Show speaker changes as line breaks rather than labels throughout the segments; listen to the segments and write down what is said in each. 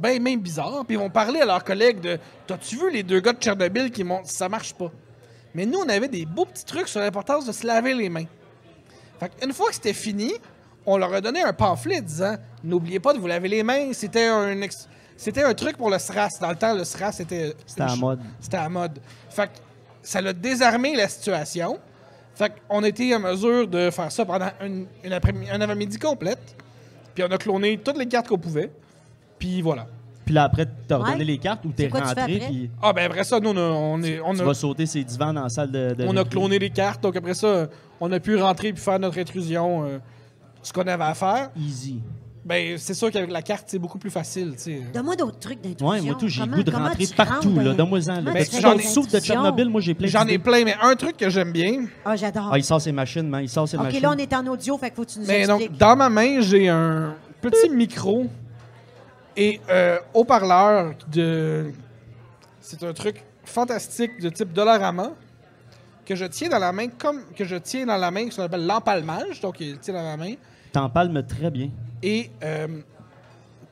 ben même bizarre. Puis ils vont parler à leurs collègues de T'as-tu vu les deux gars de Tchernobyl qui montent Ça marche pas. Mais nous, on avait des beaux petits trucs sur l'importance de se laver les mains. Fait une fois que c'était fini, on leur a donné un pamphlet disant N'oubliez pas de vous laver les mains. C'était un, ex- c'était un truc pour le SRAS. Dans le temps, le SRAS, c'était.
C'était à mode.
C'était à mode. Fait que ça l'a désarmé la situation. Fait qu'on était en mesure de faire ça pendant une, une après-mi- un avant-midi complète. Puis on a cloné toutes les cartes qu'on pouvait. Puis voilà.
Puis là, après, t'as
Ouais.
redonné les cartes ou t'es
C'est quoi tu fais
rentré,
après?
puis
Ah ben après ça, nous, on a, on est- on
tu
a-
vas sauter ces divans dans la salle de. de
on a
récré.
cloné les cartes. Donc après ça, on a pu rentrer puis faire notre intrusion, euh, ce qu'on avait à faire.
Easy.
Ben c'est sûr qu'avec la carte, c'est beaucoup plus facile. tu sais.
Donne-moi d'autres trucs d'intuition.
Ouais, moi tout, j'ai le
Comment-
goût de
comment
rentrer
tu
partout,
rentres,
là.
hein?
Donne-moi-en, là.
Comment
Ben,
tu fais
j'en
J'en
ai-
souffle de Tchernobyl, moi, j'ai plein
J'en ai
d'idées.
plein, mais un truc que j'aime bien,
Ah, j'adore.
Ah, il sort ses machines, man. Il sort ses
OK,
machines.
là, on est en audio, fait qu'il faut que tu nous
Mais donc,
expliques.
dans ma main, j'ai un petit micro et euh, haut-parleur de. C'est un truc fantastique de type Dollarama que je tiens dans la main comme que je tiens dans la main ce qu'on appelle l'empalmage, donc il tient dans la main.
T'en palmes très bien.
Et euh,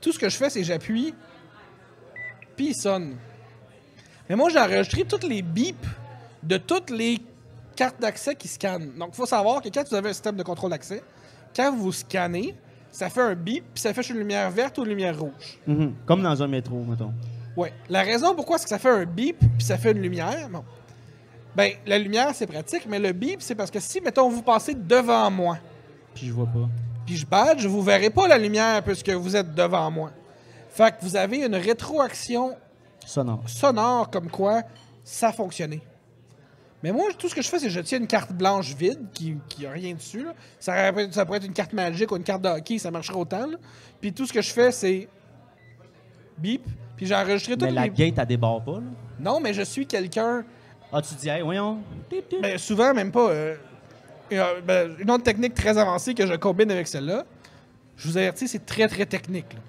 tout ce que je fais, c'est j'appuie, puis il sonne. Mais moi, j'ai enregistré toutes les bips de toutes les cartes d'accès qui scannent. Donc, il faut savoir que quand vous avez un système de contrôle d'accès, quand vous scannez, ça fait un bip, puis ça fait sur une lumière verte ou une lumière rouge.
Mhm. Comme dans un métro, mettons.
Ouais. La raison pourquoi c'est que ça fait un bip, puis ça fait une lumière, bon. Ben, la lumière, c'est pratique, mais le bip, c'est parce que si, mettons, vous passez devant moi,
Puis je vois pas.
puis je badge, vous verrez pas la lumière puisque vous êtes devant moi. Fait que vous avez une rétroaction
Sonore.
sonore comme quoi ça fonctionnait. Mais moi, tout ce que je fais, c'est que je tiens une carte blanche vide qui n'a rien dessus. là. Ça, aurait pu être- ça pourrait être une carte magique ou une carte de hockey, ça marcherait autant. là. Puis tout ce que je fais, c'est bip. Puis j'ai enregistré toutes
Mais la
les...
gate, elle débarre pas, là.
Non, mais je suis quelqu'un...
Ah, tu dis, hey, voyons. Tip, tip.
Ben, souvent, même pas. euh, euh, ben, une autre technique très avancée que je combine avec celle-là, je vous avertis, c'est très, très technique. là.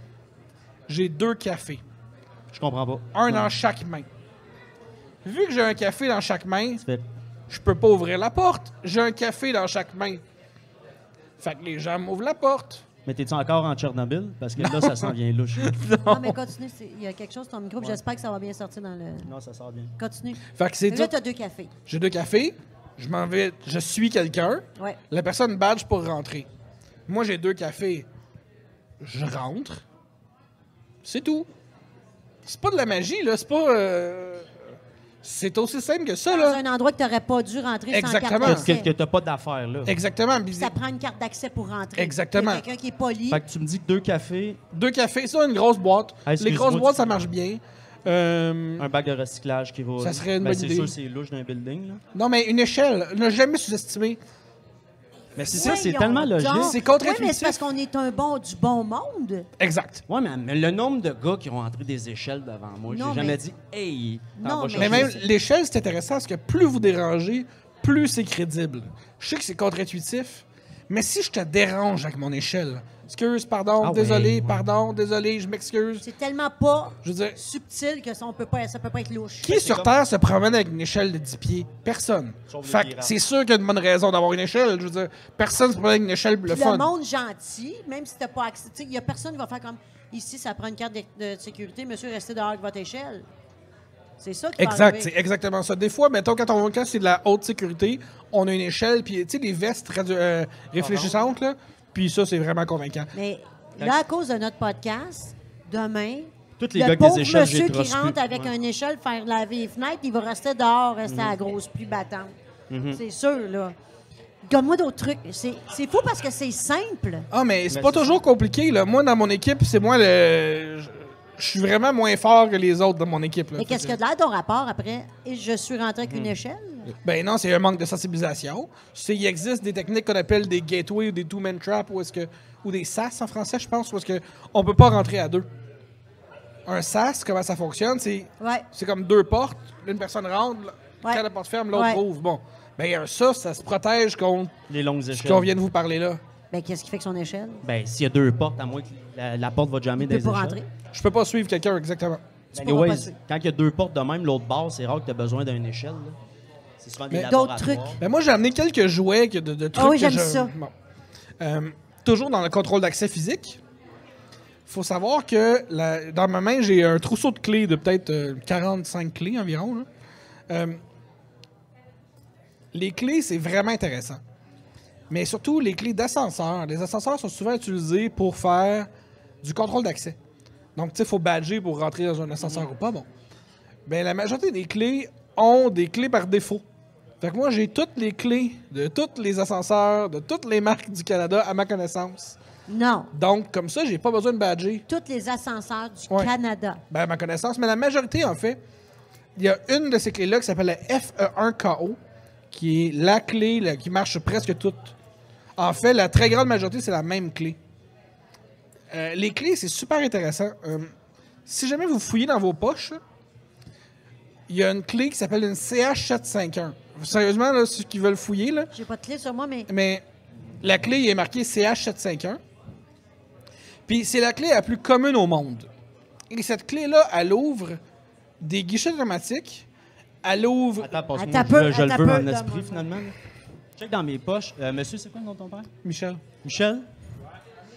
J'ai deux cafés,
Je comprends pas.
un
Non.
dans chaque main. Vu que j'ai un café dans chaque main,
Tu fais-
je peux pas ouvrir la porte. J'ai un café dans chaque main. Fait que les gens m'ouvrent la porte.
Mais t'es-tu encore en Tchernobyl? Parce que là, ça s'en vient louche.
Non, mais continue, c'est- il y a quelque chose dans le groupe. J'espère que ça va bien sortir dans le...
non, ça sort bien.
Continue.
Fait que c'est
Fait que Là,
tout.
tu as deux cafés.
J'ai deux cafés, je m'en vais, je suis quelqu'un.
Ouais.
La personne badge pour rentrer. Moi, j'ai deux cafés. Je rentre. C'est tout. C'est pas de la magie, là. C'est pas. euh, C'est aussi simple que ça,
Dans
là.
un endroit que tu n'aurais pas dû rentrer
Exactement.
sans
Que,
carte d'accès.
que, que t'as pas d'affaires, là.
Exactement. Puis
Ça prend une carte d'accès pour rentrer.
Exactement.
Il y a quelqu'un qui est poli.
Fait que tu me dis que deux cafés,
Deux cafés, ça, une grosse boîte.
Ah,
Les
excuse-moi,
grosses
tu-
boîtes, ça marche bien. Euh,
un bac de recyclage qui va.
Ça serait une
Ben,
bonne
c'est
idée.
sûr, c'est louche d'un building, là.
Non, mais une échelle, ne jamais sous-estimer.
Mais c'est ça, c'est
Voyons
tellement
donc.
logique.
C'est contre-intuitif.
Oui, mais c'est parce qu'on est un bon du bon monde.
Exact.
Ouais, mais- mais le nombre de gars qui ont entré des échelles devant moi, j'ai
Non,
jamais
mais-
dit Hey, t'en
Non,
vas
mais-
chercher
Mais même
ça.
l'échelle, c'est intéressant parce que plus vous dérangez, plus c'est crédible. Je sais que c'est contre-intuitif, mais si je te dérange avec mon échelle, excuse, pardon,
Ah ouais,
désolé,
ouais.
pardon, désolé, je m'excuse.
C'est tellement pas
Je veux dire,
subtil que ça on peut pas, ça peut pas être louche.
qui sur
comme-
Terre se promène avec une échelle de 10 pieds? Personne.
Sauf les
Fait que
pirates.
c'est sûr qu'il y a une bonne raison d'avoir une échelle. Je veux dire, personne se promène avec une échelle
Puis
le
le
fun.
monde gentil, même si t'as pas accès, tu sais, il y a personne qui va faire comme ici, ça prend une carte de, de sécurité, monsieur, restez dehors avec votre échelle. C'est ça qui va
Exact,
arriver.
c'est exactement ça. Des fois, mettons, quand, on, quand c'est de la haute sécurité, on a une échelle, puis tu sais, des vestes radio- euh, réfléchissantes, là. Puis ça, c'est vraiment convaincant.
Mais là, à cause de notre podcast, demain,
Tous les
le
gars avec des
pauvre
échelles, j'ai
monsieur qui
trosse plus.
rentre avec
Ouais. Mhm.
une échelle faire laver les fenêtres, il va rester dehors, rester à la grosse pluie battante. C'est sûr, là. Donne-moi d'autres trucs. C'est c'est fou parce que c'est simple.
Ah, mais c'est
Mais
pas
c'est
toujours compliqué, là. Moi, dans mon équipe, c'est moi le. je- Je suis vraiment moins fort que les autres dans mon équipe. Là.
Mais qu'est-ce que de là ton rapport après? Et je suis rentré
Mhm.
avec une échelle?
Ben non, c'est un manque de sensibilisation. C'est, il existe des techniques qu'on appelle des gateways ou des two-man traps ou, est-ce que, ou des SAS en français, je pense, où est-ce que on peut pas rentrer à deux. Un SAS, comment ça fonctionne? C'est,
Ouais.
c'est comme deux portes. Une personne rentre,
Ouais.
quand la porte ferme, l'autre
Ouais.
ouvre. Bon. Ben un SAS, ça se protège contre
Les longues
ce
échelles.
qu'on vient de vous parler là.
Ben, qu'est-ce qui fait que son échelle?
Ben, s'il y a deux portes, à moins que la, la porte va jamais
Il
dans
peut
les
pas
échelles.
rentrer.
Je peux pas suivre quelqu'un exactement.
Tu
Anyways,
pourras pas suivre.
quand il y a deux portes de même, l'autre barre, c'est rare que tu as besoin d'une échelle. là. C'est souvent des
Mais-
D'autres
laboratoires.
trucs.
Ben moi, j'ai amené quelques jouets que de, de trucs.
Ah oui,
que
j'aime
je-
ça.
Bon. Euh, toujours dans le contrôle d'accès physique. faut savoir que la- dans ma main, j'ai un trousseau de clés de peut-être euh, 45 clés environ. là. Euh, les clés, c'est vraiment intéressant. Mais surtout, les clés d'ascenseur. Les ascenseurs sont souvent utilisés pour faire du contrôle d'accès. Donc, tu sais, il faut badger pour rentrer dans un ascenseur
Mhm.
ou pas. Bon. Ben, la majorité des clés ont des clés par défaut. Fait que moi, j'ai toutes les clés de tous les ascenseurs, de toutes les marques du Canada à ma connaissance.
Non.
Donc, comme ça, j'ai pas besoin de badger.
Tous les ascenseurs du
Ouais.
Canada.
Ben, à ma connaissance, mais la majorité, en fait, il y a une de ces clés-là qui s'appelle la E FE1KO, qui est la clé là, qui marche sur presque toutes. En fait, la très grande majorité, c'est la même clé. Euh, les clés, c'est super intéressant. Euh, si jamais vous fouillez dans vos poches, il y a une clé qui s'appelle une CH751. Sérieusement, là, ceux qui veulent fouiller, là,
J'ai pas de clé sur moi, mais
mais la clé il est marquée CH751. Puis c'est la clé la plus commune au monde. Et cette clé-là, elle ouvre des guichets dramatiques. Elle ouvre
Attends, passe-moi,
Attends
je,
peu,
je le
attends
veux
peu,
en
là,
esprit
moi.
finalement. là. Check dans mes poches. Euh, monsieur, c'est quoi le nom de ton père?
Michel.
Michel?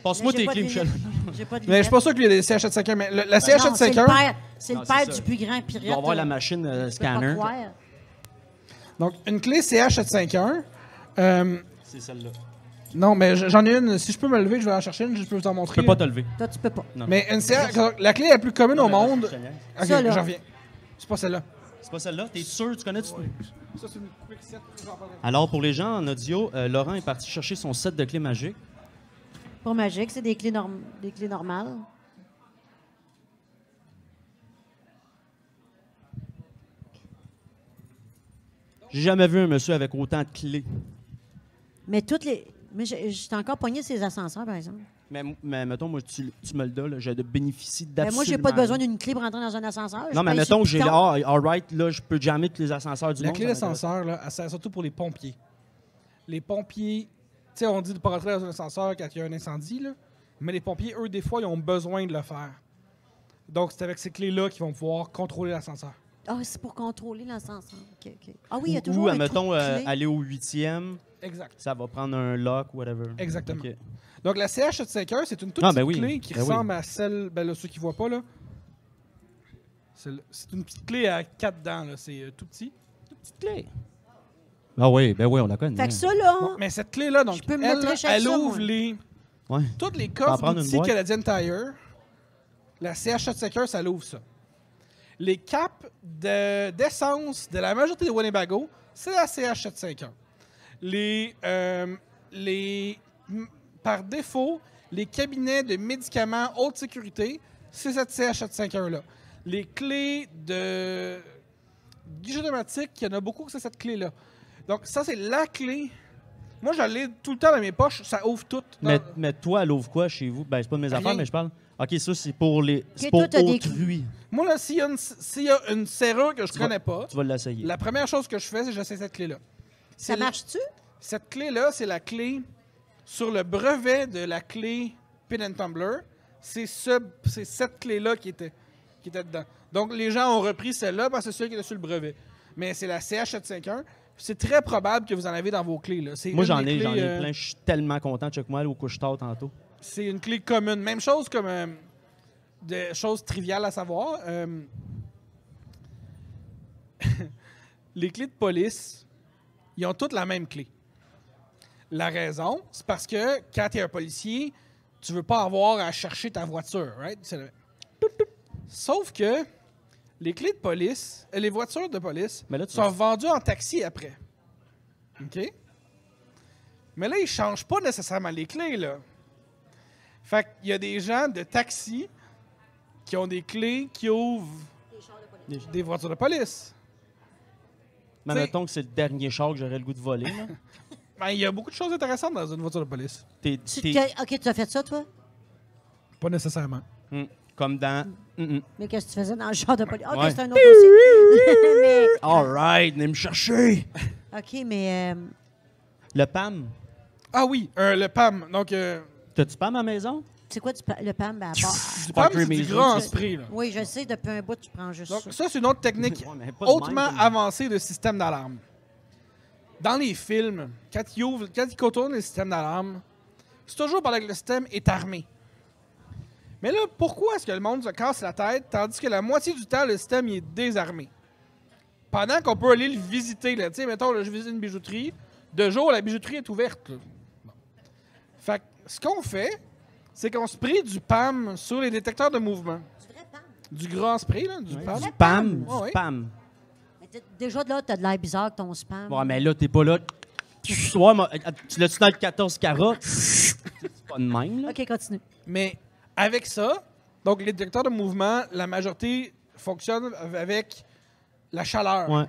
Passe-moi
Mais j'ai
tes
pas
clés,
de
Michel.
lunettes. J'ai pas de
Mais je suis
lunettes.
pas sûr qu'il y ait des CH751. Mais le- la
Ben
Non, C'est le
CH751,
père, c'est le
Non,
père
c'est
du
ça.
plus grand
Il doit
pirate.
avoir
euh,
la machine euh,
je peux pas
scanner.
croire.
donc une clé CH751. euh,
C'est celle-là.
non, mais j- j'en ai une. Si je peux me lever, je vais en chercher une. Je peux vous en
Je
montrer.
peux pas te lever.
Toi, tu peux pas.
Mais une CH, la clé la plus commune au monde. Ok,
Ça, là.
j'en reviens. C'est pas celle-là.
C'est pas celle-là? T'es sûr? Tu connais? tu- Alors, pour les gens en audio, euh, Laurent est parti chercher son set de clés magiques.
Pas magique, c'est des clés, norm- des clés normales.
J'ai jamais vu un monsieur avec autant de clés.
Mais toutes les. Mais je- j'étais encore pogné ces ascenseurs, par exemple.
Mais, m- mais mettons, moi, tu, tu me le donnes, là, je bénéficie
Ben,
d'absolument...
moi, j'ai pas besoin d'une clé pour entrer dans un ascenseur. Je
Non, mais
paye
mettons que
sur
j'ai...
le piton.
Ah, all right, là, je peux jamais tous les ascenseurs du
La
monde.
clé
ça m'intéresse.
d'ascenseur, là, elle sert surtout pour les pompiers. Les pompiers, tu sais, on dit de ne pas rentrer dans un ascenseur quand il y a un incendie, là, mais les pompiers, eux, des fois, ils ont besoin de le faire. Donc, c'est avec ces clés-là qu'ils vont pouvoir contrôler l'ascenseur.
Ah, c'est pour contrôler l'ascenseur. OK, OK. Ah oui, il y a toujours
Ou,
un trou
admettons,
de
euh,
clé.
aller au huitième,
Exact.
ça va prendre un lock, whatever.
Exactement.
Ok.
Donc, la CH751, c'est une toute
Ah,
petite
ben oui.
clé qui
Ben oui.
ressemble à celle, ben là, ceux qui ne voient pas, là. C'est le- c'est une petite clé à quatre dents, là. C'est euh, tout petit.
Petite clé. Ah oui, ben oui, on la connaît.
Fait que ça, là,
Bon, mais cette clé-là, donc,
Je peux me
elle,
mettre chez
elle
ça, moi.
ouvre les...
Ouais.
Toutes les
en
coffres
prendre une
d'outils
boîte.
Canadian Tire, la CH751, ça l'ouvre ça. Les caps de- d'essence de, la majorité des Winnebago, c'est la CH751. Les, euh, les, m- par défaut, les cabinets de médicaments haute sécurité, c'est cette CH751-là. Les clés de guichet automatique, il y en a beaucoup que c'est cette clé-là. Donc, ça, c'est la clé. Moi, j'allais tout le temps dans mes poches, ça ouvre tout. Dans-
Mais, mais toi, elle ouvre quoi chez vous? Ben, c'est pas de mes affaires, mais je parle. OK, ça, c'est pour les. C'est
Ok,
pour
toi, t'as des
autrui.
Moi, là, s'il y, a une- s'il y a une serrure que je
vas-
connais pas,
Tu vas l'essayer.
la première chose que je fais, c'est que j'essaie cette clé-là.
ça
C'est-
marche-tu?
Cette clé-là, c'est la clé sur le brevet de la clé Pin and Tumbler. C'est ce, c'est cette clé-là qui était, qui était dedans. Donc, les gens ont repris celle-là parce que c'est celle qui était sur le brevet. Mais c'est la CH751. C'est très probable que vous en avez dans vos clés. Là. C'est
Moi,
une
j'en
des
ai, j'en
clés,
ai
euh,
plein. Je suis tellement content. Check-moi aller au couche-tard tantôt.
C'est une clé commune. Même chose comme euh, des choses triviales à savoir. euh, les clés de police, ils ont toutes la même clé. La raison, c'est parce que quand tu es un policier, tu veux pas avoir à chercher ta voiture, right? C'est le- Sauf que les clés de police, euh, les voitures de police
Mais là, tu-
sont vendues en taxi après. OK? Mais là, ils changent pas nécessairement les clés, là. Fait qu'il y a des gens de taxi qui ont des clés qui ouvrent des voitures de police.
Mais
T'sais-
mettons que c'est le dernier char que j'aurais le goût de voler. là.
Ben, il y a beaucoup de choses intéressantes dans une voiture de police.
T'es-
Tu-
t'es-
que- OK, tu as fait ça, toi?
Pas nécessairement.
Hmm, Comme dans. Hmm, hmm.
Mais qu'est-ce que tu faisais dans le genre de police? OK,
Ouais.
c'est un autre dossier.
All right, venez me chercher.
Mais- OK, mais... euh,
Le PAM.
Ah oui, euh, le PAM. Donc, euh,
T'as-tu PAM à la maison?
C'est quoi du pa- le PAM? Ben, à part-
PAM,
Parker
c'est du
Mason,
grand
tu-
en spray. Là.
Oui, je sais, depuis un bout, tu prends juste
Donc,
ça.
ça, c'est une autre technique
Ouais, mais pas de
hautement
même. hein.
avancée de système d'alarme. Dans les films, quand ils, ouvrent, quand ils contournent les systèmes d'alarme, c'est toujours pendant que le système est armé. Mais là, pourquoi est-ce que le monde se casse la tête tandis que la moitié du temps, le système il est désarmé? Pendant qu'on peut aller le visiter, là, tu sais, mettons, là, je visite une bijouterie, de jour, la bijouterie est ouverte. là. Bon. Fait que ce qu'on fait, c'est qu'on spray du PAM sur les détecteurs de mouvement.
Du vrai pan.
Du grand spray, là, du PAM.
Du PAM,
Ouais, ouais.
du PAM.
Mais t'es- Déjà, là, t'as de l'air bizarre avec ton spam.
Bon, mais là, t'es pas là. Tu sois, moi, euh, tu l'as-tu dans le 14 carats? C'est pas de même, là.
OK, continue.
Mais avec ça, donc les détecteurs de mouvement, la majorité fonctionne av- avec la chaleur.
Ouais.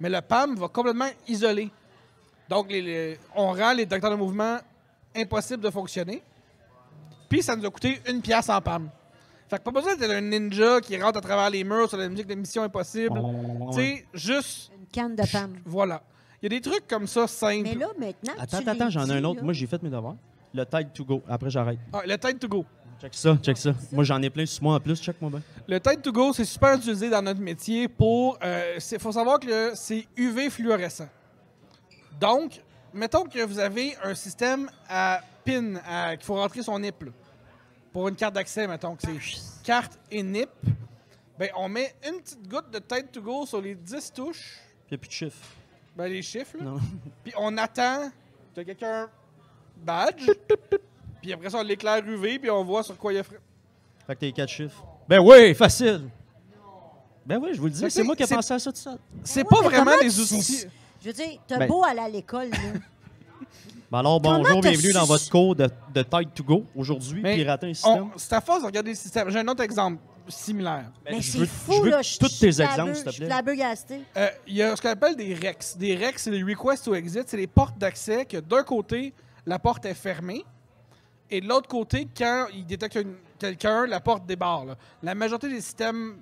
Mais le PAM va complètement isoler. Donc, les- les- on rend les détecteurs de mouvement impossibles de fonctionner. Puis, ça nous a coûté une pièce en PAM. Fait que pas besoin d'être un ninja qui rentre à travers les murs sur la musique de Mission Impossible.
Ouais.
Tu sais, juste,
Une canne de pam.
voilà. Il y a des trucs comme ça simples.
Mais là, maintenant. que
Attends,
tu
attends, attends,
les
j'en ai un
dis,
autre.
là,
Moi, j'ai fait mes devoirs. Le Tide to go. Après, j'arrête.
Ah, le Tide to Go.
Check ça, check ça. Moi, j'en ai plein sur moi en plus. Check-moi bien.
Le Tide to Go, c'est super utilisé dans notre métier pour. Il faut savoir que le- c'est UV fluorescent. Donc, mettons que vous avez un système à pin, à- qu'il faut rentrer son NIP. là. pour une carte d'accès, mettons que c'est carte et NIP. Ben, on met une petite goutte de Tide to Go sur les 10 touches,
Puis, y a plus de chiffres.
ben, les chiffres. là.
Non.
Puis on attend de quelqu'un badge. Puis après ça, on l'éclaire UV, puis on voit sur quoi il a fra-
Fait que t'as les quatre chiffres. Ben oui, facile. Ben oui, je vous le
Fait
dis,
que
c'est moi qui ai
c'est-
pensé à ça tout seul.
C'est
Ouais,
pas
mais
vraiment
comment
des
tu
outils.
sais- Je veux dire, t'as
Ben-
beau aller à l'école, là.
Ben alors,
Comment
bonjour,
t'as
bienvenue
su-
dans votre cours de, de Tide to go aujourd'hui,
Mais
pirater un système.
on- C'est à force de regarder le système. J'ai un autre exemple similaire.
Ben,
Mais
je
c'est
veux-
fou,
je veux
là. je- je
Tous
suis
tes
flabeu-
exemples, s'il
Je
te
suis
plaît.
flabbergastée.
Euh, Il y a ce qu'on appelle des REX. Des REX, c'est les Request to Exit. C'est les portes d'accès que d'un côté, la porte est fermée. Et de l'autre côté, quand il détecte une- quelqu'un, la porte débarre. là. La majorité des systèmes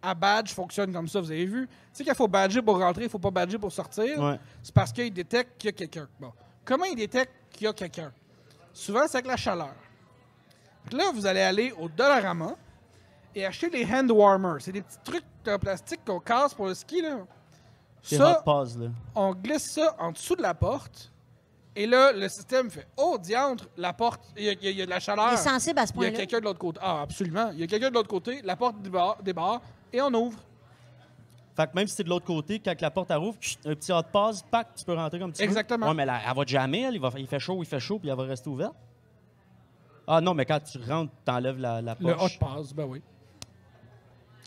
à badge fonctionnent comme ça, vous avez vu. Tu sais qu'il faut badger pour rentrer, il faut pas badger pour sortir.
Ouais.
C'est parce qu'il détecte qu'il y a quelqu'un. Bon. Comment il détecte qu'il y a quelqu'un? Souvent, c'est avec la chaleur. Fait que Là, vous allez aller au Dollarama et acheter des hand warmers. C'est des petits trucs en plastique qu'on casse pour le ski. Là.
C'est
Ça,
hot pause, là.
on glisse ça en dessous de la porte. Et là, le système fait Oh, diantre, la porte, il y, a- il y a- il y a de la chaleur.
Il est sensible à ce
Ah, Il y a
point-là.
quelqu'un de l'autre côté. Ah, absolument. Il y a quelqu'un de l'autre côté, la porte débarre, débarre et on ouvre.
Fait que même si t'es de l'autre côté, quand la porte elle ouvre, chut, un petit hot pause, pac, tu peux rentrer comme tu
Exactement.
veux. Ouais, mais elle, elle va jamais, elle, il, va, il fait chaud, il fait chaud, puis elle va rester ouverte. Ah non, mais quand tu rentres, t'enlèves la, la
Le hot
poche.
pass, ben oui.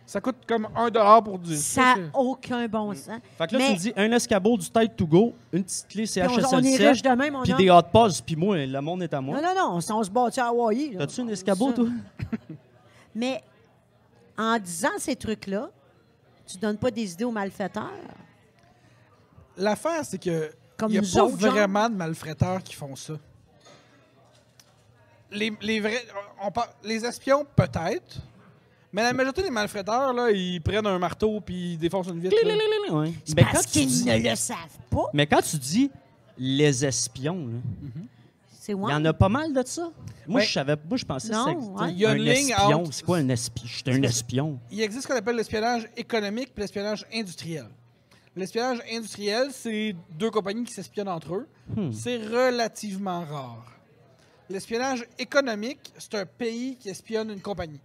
Ça coûte comme 1$ pour 10.
Ça n'a aucun
Mm.
bon sens.
Fait que là,
Mais
tu me dis un escabeau du Tide to go, une petite clé
on- on est riche
CHSLC,
de même, on
puis
a-
des hot pauses, puis moi, le monde est à moi.
Non, non, non, on s- on se bat à Hawaii. là.
T'as-tu un escabeau,
Ça.
toi?
Mais en disant ces trucs-là, tu donnes pas des idées aux malfaiteurs.
L'affaire, c'est que
Comme
il y a
nous
pas
autres, genre.
vraiment de malfaiteurs qui font ça. Les, les vrais, on par- les espions peut-être, mais la majorité des malfaiteurs là, ils prennent un marteau puis ils défoncent une vitre. là.
Ouais.
C'est
Mais Ben, quand
parce
tu
qu'ils
dis-
ne le savent pas.
Mais quand tu dis les espions, là,
C'est
il
ouais.
y en a pas mal de ça. Moi,
Ouais.
je savais, moi, je pensais
Non,
que ça existait.
ouais.
Il y a
un
une ligne
espion,
entre-
c'est quoi un espion? J'étais un espion.
Il existe ce qu'on appelle l'espionnage économique et l'espionnage industriel. L'espionnage industriel, c'est deux compagnies qui s'espionnent entre eux. C'est relativement rare. L'espionnage économique, c'est un pays qui espionne une compagnie.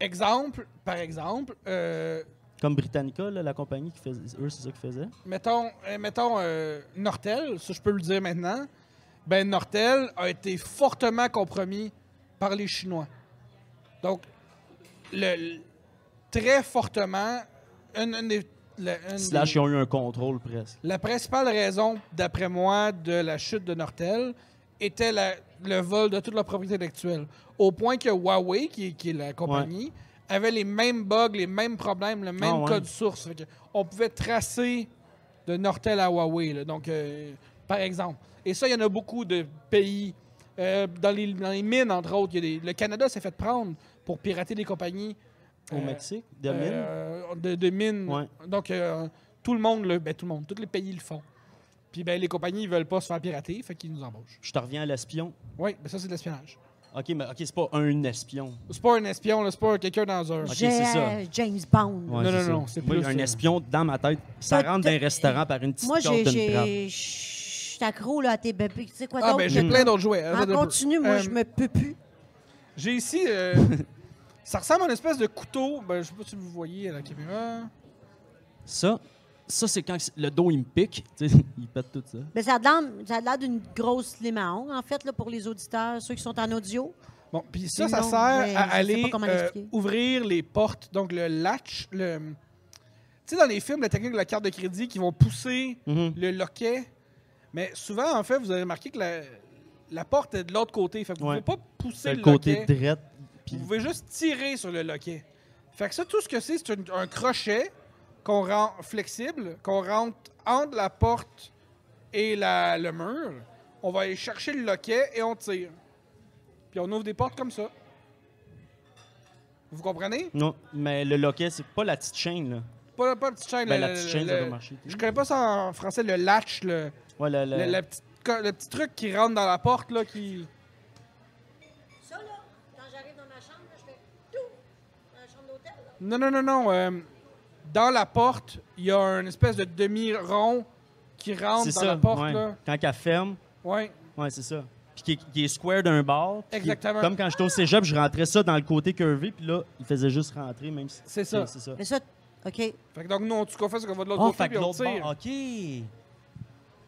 Exemple, par exemple, euh,
Comme Britannica, là, la compagnie qui faisait, eux, c'est ça qu'ils faisaient.
mettons, euh, mettons euh, Nortel, ça je peux le dire maintenant, ben Nortel a été fortement compromis par les Chinois. Donc, le, le- très fortement, une, une des- la- une des-
Slash, ils ont eu un contrôle presque.
la principale raison, d'après moi, de la chute de Nortel était la- le vol de toute la propriété intellectuelle. Au point que Huawei, qui, est- qui est la compagnie, avait les mêmes bugs, les mêmes problèmes, le même
Ah ouais.
code source. Fait que on pouvait tracer de Nortel à Huawei, là. donc, euh, par exemple. Et ça, il y en a beaucoup de pays. Euh, dans, les, dans les mines, entre autres, il y a des- le Canada s'est fait prendre pour pirater des compagnies
Au
Euh,
Mexique, de
euh, de, de mines.
Ouais.
Donc, euh, tout le monde, le, ben, tout le monde, tous les pays le font. Puis, ben, les compagnies, ils veulent pas se faire pirater, fait qu'ils nous embauchent.
Je te reviens à l'espion.
Oui, ben ça, c'est de l'espionnage.
OK, mais OK, c'est pas un espion.
C'est pas un espion, là, c'est pas quelqu'un dans un.
Ok,
J'ai-
c'est ça.
euh, James Bond.
Non,
Ouais, c'est
non,
ça.
non, c'est
Moi,
plus
un
ça.
espion dans ma tête. Ça
Toi,
rentre d'un
t'as-
restaurant par une petite
Moi, j'ai-
corde d'une trappe.
j'ai- je suis accro là, à tes bébés. Tu sais quoi
Ah,
d'autre?
ben, j'ai
là?
plein d'autres jouets.
En
Attends un peu.
continu, Ah, moi,
Euh,
je me peux plus.
J'ai ici. euh, ça ressemble à une espèce de couteau. Ben, je sais pas si vous voyez à la caméra.
Ça, ça c'est quand le dos, il me pique. Tu sais, il pète tout ça.
Mais Ben, ça a l'air ça a l'air d'une grosse lime à ongles, en fait, là, pour les auditeurs, ceux qui sont en audio.
Bon, puis ça,
C'est
ça
long,
sert
mais
à
je sais
aller
pas comment
euh,
l'expliquer.
ouvrir les portes. Donc, le latch, le. Tu sais, dans les films, la technique de la carte de crédit qui vont pousser
Mhm.
le loquet. Mais souvent, en fait, vous avez remarqué que la, la porte est de l'autre côté. Fait que vous
Ouais.
pouvez pas pousser
C'est
le,
le côté
loquet.
drette. puis-
Vous pouvez juste tirer sur le loquet. Fait que ça, tout ce que c'est, c'est une- un crochet qu'on rend flexible, qu'on rentre entre la porte et la- le mur. On va aller chercher le loquet et on tire. Puis on ouvre des portes comme ça. Vous comprenez?
Non, mais le loquet, c'est pas la petite chaîne, là.
Pas, la- pas la petite chaîne.
Ben,
le-
la petite
le-
chaîne, ça
le-
doit marcher. Euh.
Je connais pas ça en français, le latch, le,
Ouais, le- le-
le- la petite co- le petit truc qui rentre dans la porte, là, qui...
Ça, là, quand j'arrive dans ma chambre, je fais tout dans la chambre d'hôtel.
Non, non, non, non. euh, dans la porte, il y a une espèce de demi-rond qui rentre
c'est
dans
ça,
la porte.
ouais.
Là.
Quand qu'elle ferme,
Ouais.
ouais, c'est ça. Puis qui, est- qui est square d'un bord. puis qui-
Exactement.
Comme quand j'étais au cégep, je rentrais ça dans le côté curvé, puis là, il faisait juste rentrer, même si.
C'est ça.
Ouais, C'est ça.
Mais Ben, ça, OK.
Fait que donc, nous, on, ce qu'on fait, c'est qu'on va de l'autre
Oh,
côté
fait
puis
que
on
l'autre
tire.
bord. OK.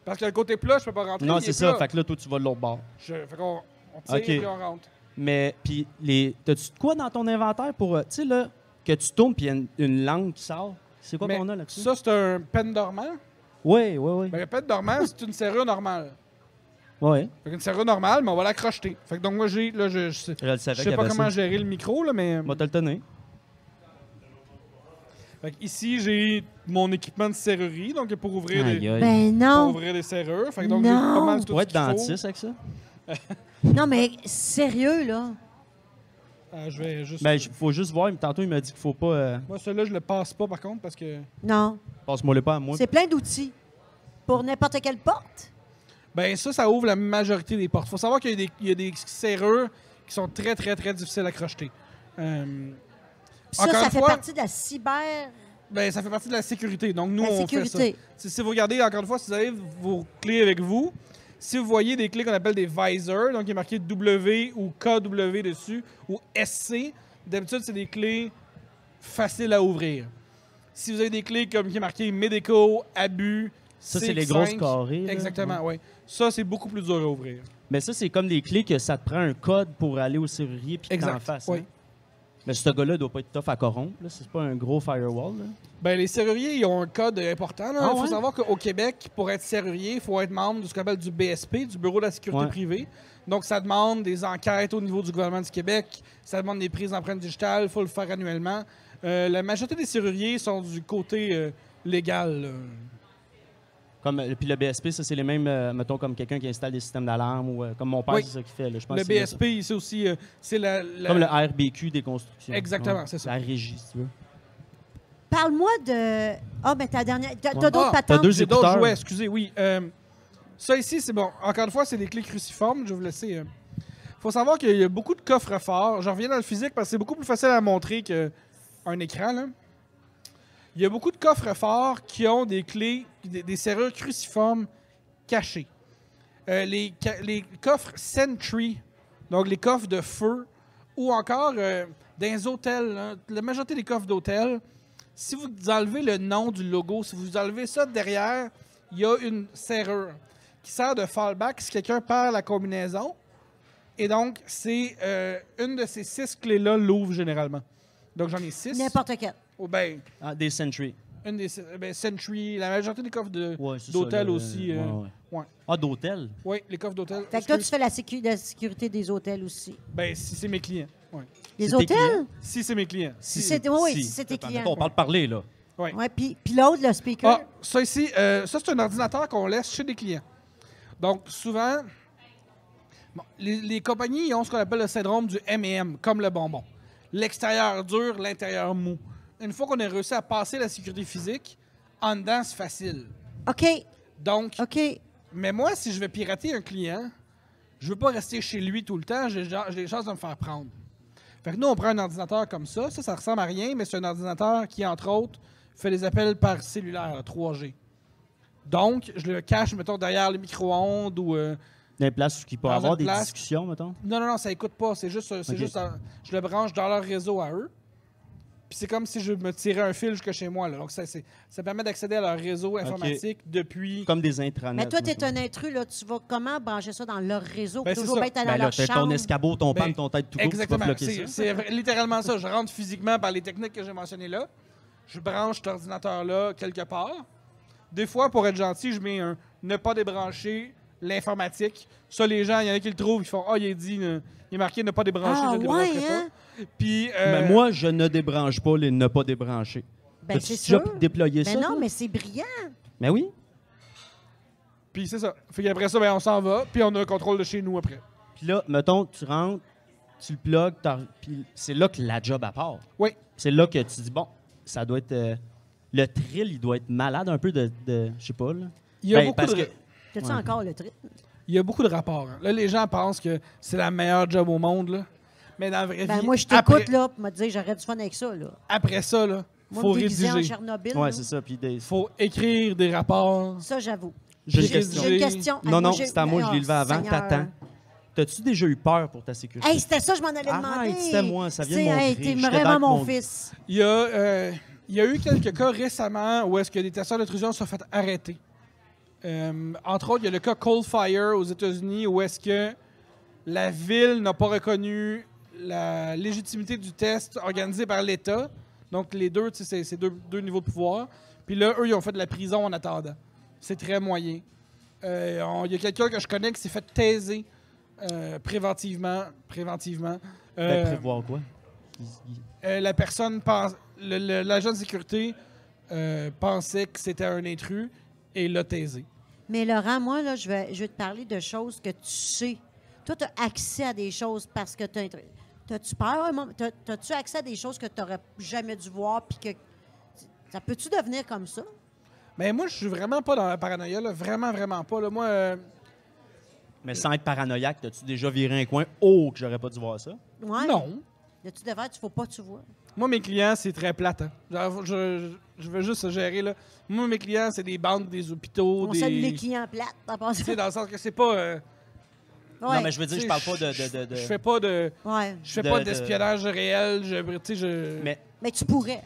Parce que le côté plat, je peux pas rentrer. il
Non,
est
c'est ça.
plat.
Fait que là, toi, tu vas de l'autre bord.
Je- fait qu'on on tire
Ok.
puis on rentre.
Mais, puis, les... t'as-tu de quoi dans ton inventaire pour. euh, tu sais, là, que tu tournes, puis il y a une, une langue qui sort? C'est quoi
Mais
qu'on a là-dessus?
ça, c'est un pen dormant.
Oui, oui, oui.
Ben, le pen dormant, c'est une serrure normale.
Ouais.
Fait qu'une serrure normale, mais on va la crocheter. Fait que donc, moi, j'ai. Là, je, je sais,
Je le
je
savais qu'il
sais
y
pas
avait
comment
ça.
gérer le micro, là, mais.
Je vais te le tenir.
Fait que ici, j'ai mon équipement de serrurerie, donc pour ouvrir,
Aïe,
les,
aïe.
Ben
pour
non.
ouvrir les serrures. Fait que donc, j'ai
Non.
pas mal
Tu
tout
pourrais
ce
être
qu'il faut.
dentiste avec ça?
Non, mais sérieux, là.
Ah, je vais juste.
Ben, il faut juste voir. mais Tantôt, il m'a dit qu'il faut pas. euh,
Moi, celui-là, je le passe pas, par contre, parce que.
Non.
Passe-moi le pas à moi.
C'est plein d'outils pour n'importe quelle porte.
Ben, ça, ça ouvre la majorité des portes. Faut savoir qu'il y a des, il y a des serrures qui sont très, très, très difficiles à crocheter. Euh,
Puis ça,
Encore
ça
une
fait
fois-
partie de la cyber...
ben, ça fait partie de la sécurité. Donc, nous,
La
on fait
sécurité.
ça. Si, si vous regardez, encore une fois, si vous avez vos clés avec vous, si vous voyez des clés qu'on appelle des visors, donc il est marqué W ou KW dessus, ou SC, d'habitude, c'est des clés faciles à ouvrir. Si vous avez des clés comme qui est marqué médicaux, abus,
Ça, c'est les
CX5,
grosses carrées. là.
Exactement, oui. Ça, c'est beaucoup plus dur à ouvrir.
Mais ça, c'est comme des clés que ça te prend un code pour aller au serrurier puis que t'en fasses.
oui.
hein. Mais ce gars-là doit pas être tough à corrompre. là. C'est pas un gros firewall. là.
Ben, les serruriers, ils ont un code important. Il
Ah
faut
ouais?
savoir qu'au Québec, pour être serrurier, il faut être membre de ce qu'on appelle du BSP, du Bureau de la sécurité
Ouais.
privée. Donc, ça demande des enquêtes au niveau du gouvernement du Québec, ça demande des prises d'empreintes digitales, il faut le faire annuellement. Euh, la majorité des serruriers sont du côté euh, légal. là.
Comme, euh, puis le BSP, ça, c'est les mêmes, euh, mettons, comme quelqu'un qui installe des systèmes d'alarme ou euh, comme mon père,
Oui.
c'est ça qu'il fait. là. Je pense
Le
que c'est ça.
BSP, c'est aussi. euh, c'est la, la-
Comme le RBQ des constructions.
Exactement,
Ouais.
c'est ça.
La régie, si tu veux.
Parle-moi de... Ah, mais ta dernière... T'as t'as
Ouais.
d'autres
Ah,
T'as
patentes?
deux
J'ai d'autres
écouteurs.
jouets, excusez, oui. Euh, ça ici, c'est bon. Encore une fois, c'est des clés cruciformes. Je vais vous laisser. euh. faut savoir qu'il y a beaucoup de coffres forts. Je reviens dans le physique parce que c'est beaucoup plus facile à montrer qu'un écran. Là. Il y a beaucoup de coffres forts qui ont des clés, des, des serrures cruciformes cachées. Euh, les, ca- les coffres Sentry, donc les coffres de feu, ou encore euh, dans les hôtels, là, la majorité des coffres d'hôtels, si vous enlevez le nom du logo, si vous enlevez ça derrière, il y a une serrure qui sert de fallback si quelqu'un perd la combinaison. Et donc, c'est euh, une de ces six clés-là l'ouvre généralement. Donc, j'en ai six.
N'importe quelle.
Ou ben,
Ah, des Sentry.
une des six- ben, Sentry, la majorité des coffres de-
Ouais, c'est ça,
d'hôtel
le-
aussi. euh,
ouais, ouais.
ouais.
Ah, d'hôtel?
Oui, les coffres d'hôtel.
Fait que toi, tu fais la, sécu- la sécurité des hôtels aussi.
Ben, si c'est mes clients. Ouais.
Des
C'est tes
hôtels?
clients?
Si c'est mes clients.
Si c'est- oui, si c'est tes
Attends,
clients.
attends, On parle parler, là.
Ouais.
Ouais, puis puis l'autre, le speaker.
Ah, ça ici, euh, ça c'est un ordinateur qu'on laisse chez des clients. Donc souvent, bon, les, les compagnies ils ont ce qu'on appelle le syndrome du M&M, comme le bonbon. L'extérieur dur, l'intérieur mou. Une fois qu'on a réussi à passer la sécurité physique, en dedans c'est facile.
OK,
Donc,
OK.
mais moi si je vais pirater un client, je veux pas rester chez lui tout le temps, j'ai j'ai des chances de me faire prendre. Fait que nous, on prend un ordinateur comme ça. Ça, ça ressemble à rien, mais c'est un ordinateur qui, entre autres, fait des appels par cellulaire, là, 3G. Donc, je le cache, mettons, derrière le micro-ondes ou euh,
Dans les places où il peut
Dans
y avoir
une
des
place-
discussions, mettons.
Non, non, non, ça écoute pas. C'est juste, c'est
Ok.
juste euh, je le branche dans leur réseau à eux. Puis c'est comme si je me tirais un fil jusque chez moi. là. Donc ça, c'est- ça permet d'accéder à leur réseau informatique depuis.
Comme des intranets.
Mais toi, tu es
mettons.
un intrus, là. Tu vas comment brancher ça dans leur réseau?
Ben, c'est
toujours
ça.
bien être
Ben
à
là,
leur
t'as
chambre.
ton escabeau, ton
Ben,
pan, ton tête, tout court, tu vas
Exactement.
bloquer
C'est
ça.
c'est vrai- littéralement ça. Je rentre physiquement par les techniques que j'ai mentionnées là. Je branche cet ordinateur-là quelque part. Des fois, pour être gentil, je mets un ne pas débrancher l'informatique. Ça, les gens, il y en a qui le trouvent, ils font Ah, il est dit, ne- il est marqué ne pas débrancher,
Ah,
je ne débrancherai
ouais, hein?
pas. Puis. euh,
Mais Ben, moi, je ne débranche pas les ne pas débrancher.
Ben,
T'as-tu
c'est
déjà
sûr.
déployé
Mais
ça?
Ben non,
toi?
mais c'est brillant.
Mais oui.
Puis c'est ça. Fait qu'après ça, ben, on s'en va, puis on a un contrôle de chez nous après.
Puis là, mettons, tu rentres, tu le plugues, t'en- puis c'est là que la job à part.
Oui.
C'est là que tu dis, bon, ça doit être. euh, le thrill, il doit être malade un peu de. de- je sais pas, là.
Il y a
Ben,
beaucoup
parce
de-
que-
T'as-tu
Ouais.
encore le truc?
Il y a beaucoup de rapports. hein. Là, les gens pensent que c'est la meilleure job au monde, là. Mais dans la vraie
Ben,
vie,
moi, je
après,
t'écoute, là, pour me dire, j'aurais du fun avec ça, là.
après ça, là,
Moi,
faut
me déguiser en
rédiger.
Tchernobyl, là,
Ouais, c'est ça. Puis des-
faut écrire des rapports.
ça, j'avoue.
J'ai une
J'ai-
question.
J'ai une question.
Non,
Hey,
non,
j'ai-
c'est à moi, je
Oh,
l'ai levé avant.
Seigneur.
T'attends. T'as-tu déjà eu peur pour ta sécurité?
Hey, c'était ça, je m'en allais
Arrête,
demander.
c'était moi, ça vient de
C'est-
mon
hey,
cri,
t'es
j'étais
vraiment
dans
mon
mon-
fils.
Il y a, euh, il y a eu quelques cas récemment où est-ce que des testeurs d'intrusion se sont fait arrêter. Euh, entre autres, il y a le cas Cold Fire aux États-Unis où est-ce que la ville n'a pas reconnu la légitimité du test organisé par l'État. Donc, les deux, tu sais, c'est- c'est deux, deux niveaux de pouvoir. Puis là, eux, ils ont fait de la prison en attendant. C'est très moyen. Euh, on- Il y a quelqu'un que je connais qui s'est fait taiser euh, préventivement. préventivement.
Ben,
Euh,
prévoir quoi? Il- il-
euh, la personne pense, le- le- l'agent de sécurité euh, pensait que c'était un intrus et l'a taisé.
Mais Laurent, moi, là, je vais, je vais te parler de choses que tu sais. Toi, tu as accès à des choses parce que tu as. T'as-tu peur? un moment- t'as- T'as-tu accès à des choses que tu n'aurais jamais dû voir? Puis que. Ça peut-tu devenir comme ça?
Mais moi, je suis vraiment pas dans la paranoïa, là. vraiment, vraiment pas. Là. Moi, euh,
Mais sans être paranoïaque, t'as-tu déjà viré un coin? Oh, que j'aurais pas dû voir ça.
Ouais.
non.
Y'a-tu de verre, tu faut pas, tu vois.
Moi, mes clients, c'est très plate. hein. Genre, Je, je veux juste gérer. Là. Moi, mes clients, c'est des banques, des hôpitaux,
On
des.
salue les clients plates, t'en penses?
Tu sais, dans le sens que c'est pas. euh,
Non,
Ouais.
mais je veux
tu
dire, je
sais,
parle pas de. de, de, de-
Je fais pas de.
Ouais.
Je fais
De-
pas
de-
d'espionnage réel. Je, tu sais, je...
Mais,
Mais tu pourrais.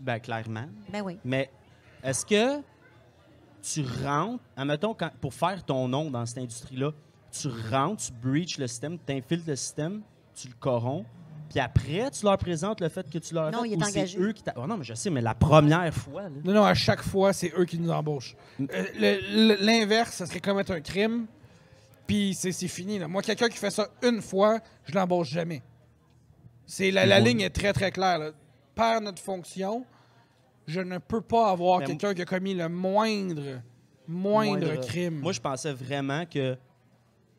ben, clairement.
Ben oui.
Mais est-ce que tu rentres, admettons, quand, pour faire ton nom dans cette industrie-là, tu rentres, tu breaches le système, tu infiltres le système, tu le corromps, puis après, tu leur présentes le fait que tu leur
Non,
fait,
il est
ou c'est
engagé.
eux qui t'a- Oh non, mais je sais, mais la première fois, là.
Non, non, à chaque fois, c'est eux qui nous embauchent.
Mm.
Euh, le- le- L'inverse, ça serait commettre un crime, puis c'est c'est fini. là. Moi, quelqu'un qui fait ça une fois, je l'embauche jamais. C'est La, la
Ouais.
ligne est très, très claire. là. Par notre fonction, je ne peux pas avoir
Mais
quelqu'un qui a commis le moindre, moindre, crime.
Moi, je pensais vraiment que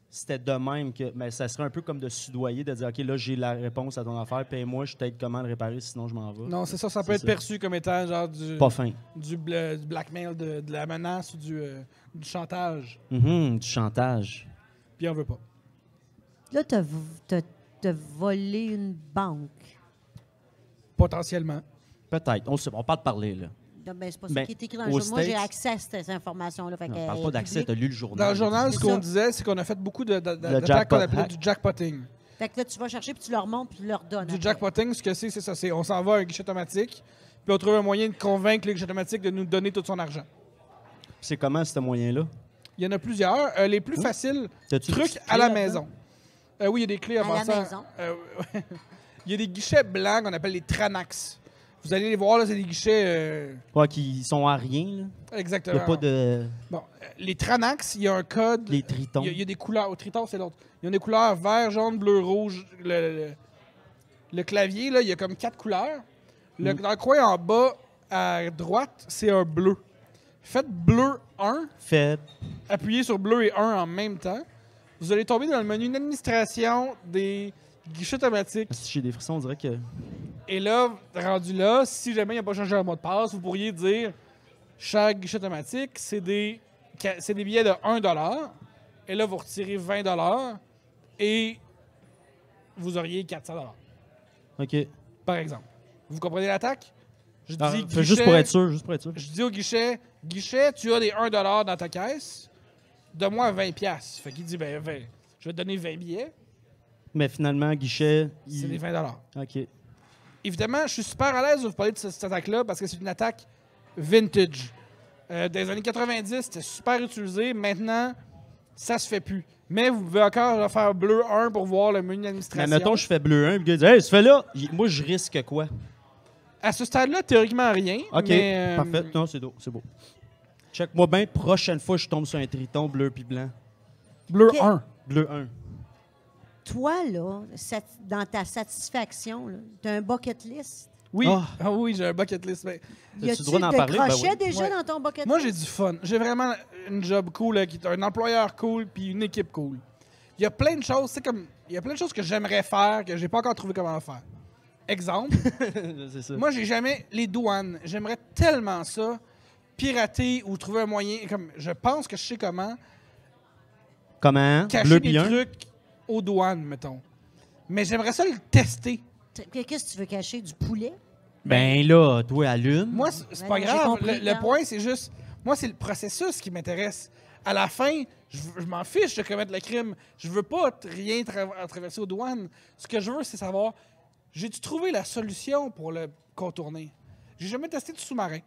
c'était de même que. Mais ça serait un peu comme de soudoyer, de dire, OK, là, j'ai la réponse à ton affaire, paye-moi, je t'aide comment le réparer, sinon je m'en vais.
Non, c'est ça, ça peut
C'est
être
ça.
perçu comme étant genre du,
Pas fin.
du, bla- du blackmail, de, de la menace ou du, euh, du chantage.
Mhm, du chantage.
Puis on veut pas.
Là, t'as as, volé une banque.
Potentiellement.
Peut-être. On, sait- on parle de parler, là.
Non, ben, c'est pas ça
Ben,
qui est écrit dans
aux
le journal. Moi, j'ai
States-
accès à cette information-là. Fait
On
que,
parle
euh,
pas d'accès, t'as
public.
lu le journal.
Dans le journal, ce
C'est
qu'on
ça.
disait, c'est qu'on a fait beaucoup de, de, de-
Le
d'attaques
jackpot
qu'on appelait
hack.
du jackpotting.
Fait que là, tu vas chercher, puis tu leur montres, puis tu leur donnes.
Du
après.
jackpotting, ce que c'est, c'est ça. C'est, on s'en va à un guichet automatique, puis on trouve un moyen de convaincre le guichet automatique de nous donner tout son argent.
C'est comment ce moyen-là?
Il y en a plusieurs. Euh, les plus faciles,
T'as-tu des
trucs
petites
à la
clés là-dedans?
maison. Euh, oui, il y a des clés
À la
passant.
maison.
Euh, il y a des guichets blancs qu'on appelle les Tranax. Vous allez les voir, là, c'est des guichets. euh,
Ouais, qui sont à rien, là. Y
exactement.
a pas de.
Bon, euh, les Tranax, il y a un code.
Les tritons.
Il y a- il y, a des couleurs. Au triton, c'est l'autre. Il y a des couleurs vert, jaune, bleu, rouge. Le, le- le clavier, là, il y a comme quatre couleurs. Le, Dans le coin en bas, à droite, c'est un bleu. Faites bleu 1,
Fait.
appuyez sur bleu et 1 en même temps. Vous allez tomber dans le menu d'administration des guichets automatiques.
Si j'ai des frissons, on dirait que.
Et là, rendu là, si jamais il n'y a pas changé un mot de passe, vous pourriez dire chaque guichet automatique, c'est des, ca- c'est des billets de 1 et là, vous retirez 20 et vous auriez 400
OK.
par exemple. Vous comprenez l'attaque? Je dis,
Ah, fait
guichet-
juste pour être sûr, juste pour être sûr.
je dis au guichet, guichet, tu as des 1 dans ta caisse. Donne-moi 20$. piastres. Fait qu'il dit, ben 20. Je vais te donner 20 billets.
Mais finalement, guichet.
C'est
il-
des 20$.
OK.
Évidemment, je suis super à l'aise de vous parler de ce- cette attaque-là parce que c'est une attaque vintage. Euh, dans les années 90, c'était super utilisé. Maintenant, ça se fait plus. Mais vous pouvez encore le faire bleu 1 pour voir le menu
Mais
d'administration.
mettons, je fais bleu 1, puis le gars dit Hey, ce fait-là, il- moi, je risque quoi
À ce stade-là, théoriquement, rien.
OK,
mais, euh,
parfait. Non, c'est beau. C'est beau. Check-moi bien, prochaine fois, je tombe sur un triton bleu puis blanc.
euh, Bleu
Ok.
1.
Bleu 1.
Toi, là, sat- dans ta satisfaction, là, t'as un bucket list.
Oui.
Ah.
Ah oui, j'ai un bucket list. mais-
T'as-tu
Y
le
a-tu
droit d'en parler? Ben
décroché
oui.
déjà
Ouais.
dans ton bucket
Moi, j'ai
list?
du fun. J'ai vraiment une job cool, là, qui est un employeur cool, puis une équipe cool. Il y a plein de choses, c'est comme, il y a plein de choses que j'aimerais faire que j'ai pas encore trouvé comment faire. Exemple,
c'est ça.
moi j'ai jamais les douanes. J'aimerais tellement ça pirater ou trouver un moyen. Comme je pense que je sais comment
Comment
cacher
Bleu
des
puis 1
trucs aux douanes, mettons. Mais j'aimerais ça le tester.
T- Qu'est-ce que tu veux cacher? Du poulet?
Ben là, toi, allume.
Moi, c'est c'est
Ben,
pas
j'ai
grave.
compris,
le, le
Carl.
point, c'est juste. Moi, c'est le processus qui m'intéresse. À la fin, je, veux- je m'en fiche de commettre le crime. Je veux pas t- rien tra- traverser aux douanes. Ce que je veux, c'est savoir j'ai-tu trouvé la solution pour le contourner J'ai jamais testé de sous-marin.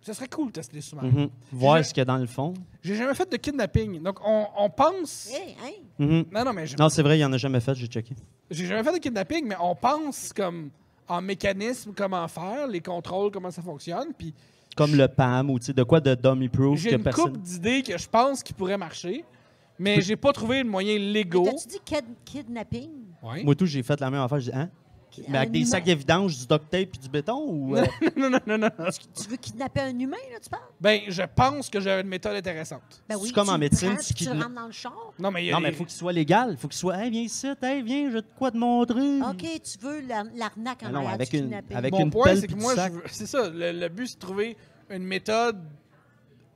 Ce serait cool de tester des sous-marins.
Mm.
Mhm. Voir
Je-
ce qu'il y a dans le fond.
J'ai jamais fait de kidnapping. Donc, on, on pense.
Hey, hein?
Mhm.
Non, non, mais je-
Non, c'est vrai, il n'y en a jamais fait, j'ai checké.
j'ai jamais fait de kidnapping, mais on pense comme en mécanisme, comment faire, les contrôles, comment ça fonctionne. Puis
Comme le PAM ou tu sais, de quoi de dummy proof
J'ai
que
une couple
personne.
d'idées que je pense qui pourraient marcher, mais j'ai pas trouvé le moyen
Mais
légaux.
T'as-tu dit kid- kidnapping?
Ouais.
Moi, tout, j'ai fait la même affaire. J'ai dit, hein Mais avec
Un
des
humain.
sacs de vidange, du duct tape puis du béton ou. euh,
non, non, non, non.
Tu- Tu veux kidnapper un humain, là, tu parles?
Ben, je pense que j'avais une méthode intéressante.
Ben
C'est comme en
le
médecine,
prends,
tu
puis tu le
kidna-
rentres dans le char.
Non, mais il y a
Non,
des-
mais il faut qu'il soit légal. Il faut qu'il soit, hey, viens ici, hey, viens, j'ai de quoi te montrer.
OK, tu veux la- l'arnaque en
Mais Ben non,
arrière
avec
du
une-
kidnapping.
avec-
Mon
une
point,
pelle
c'est que
puis du
moi, je
sac.
veux- c'est ça. Le, le but, c'est de trouver une méthode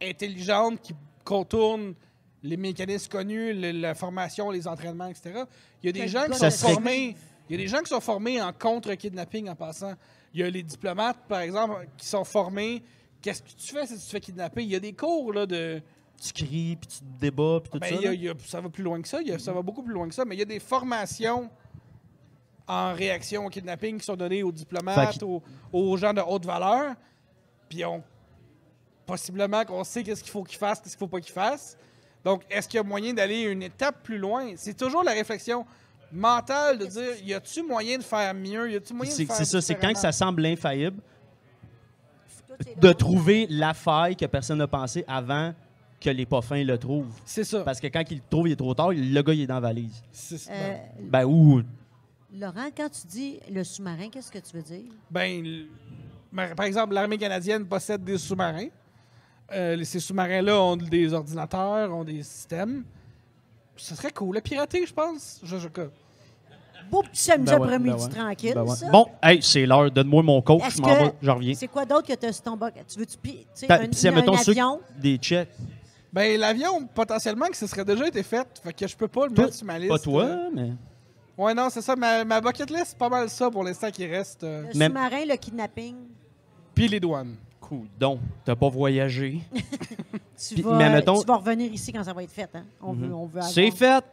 intelligente qui contourne les mécanismes connus, le- la formation, les entraînements, etc. Il y a des
Ça
gens qui
doit
sont
être bon.
formés. Il y a des gens qui sont formés en contre-kidnapping en passant. Il y a les diplomates, par exemple, qui sont formés. Qu'est-ce que tu fais si tu te fais kidnapper? Il y a des cours là, de,
Tu cries, puis tu te débats, puis tout
Ben,
ça.
il y a-
là. Mm-hmm.
il y a- ça va plus loin que ça. il y a- ça va beaucoup plus loin que ça. Mais il y a des formations en réaction au kidnapping qui sont données aux
Fait
diplomates,
qu'il-
aux, aux gens de haute valeur. Puis on, possiblement qu'on sait qu'est-ce qu'il faut qu'ils fassent, qu'est-ce qu'il faut pas qu'ils fassent. Donc, est-ce qu'il y a moyen d'aller une étape plus loin? C'est toujours la réflexion mentale de dire y a-tu moyen de faire mieux? Y a-tu moyen de
C'est
faire
c'est ça, c'est quand que
différemment?
ça semble infaillible
Toi, t'es
de
là.
trouver la faille que personne n'a pensé avant que les parfums le trouvent.
C'est ça.
Parce que quand ils le trouvent, il est trop tard, le gars, il est dans la valise.
C'est-
Euh,
Ben, ou.
Laurent, quand tu dis le sous-marin, qu'est-ce que tu veux dire?
Ben, l- mar- par exemple, l'armée canadienne possède des sous-marins. Euh, les- ces sous-marins-là ont des ordinateurs, ont des systèmes. Ce serait cool à pirater, je pense. Je, je- que-
Beau petit samedi
Ben ouais,
après-midi
ben ouais.
tranquille,
Ben ouais.
ça.
Bon, hey, c'est l'heure, donne-moi mon coach,
Est-ce
je m'en
que-
vais, je reviens.
C'est quoi d'autre que t'as sur ton bucket? Tu veux-tu pi- tu sais,
Ta-
un,
puis si,
un
admettons, ceux-
avion?
Des checks.
Ben, l'avion, potentiellement, que ce serait déjà été fait. Fait que je peux pas le
Toi-
mettre sur ma liste.
Pas toi,
Euh,
mais.
Ouais, non, c'est ça. Ma, ma bucket list, c'est pas mal ça pour l'instant qui reste. euh,
Le
Même-
sous-marin, le kidnapping?
Puis les douanes.
Cool. Donc, t'as pas voyagé.
Tu,
Puis,
vas,
mais mettons-
tu vas revenir ici quand ça va être fait. Hein? On, veut, on veut
C'est
avoir-
fait.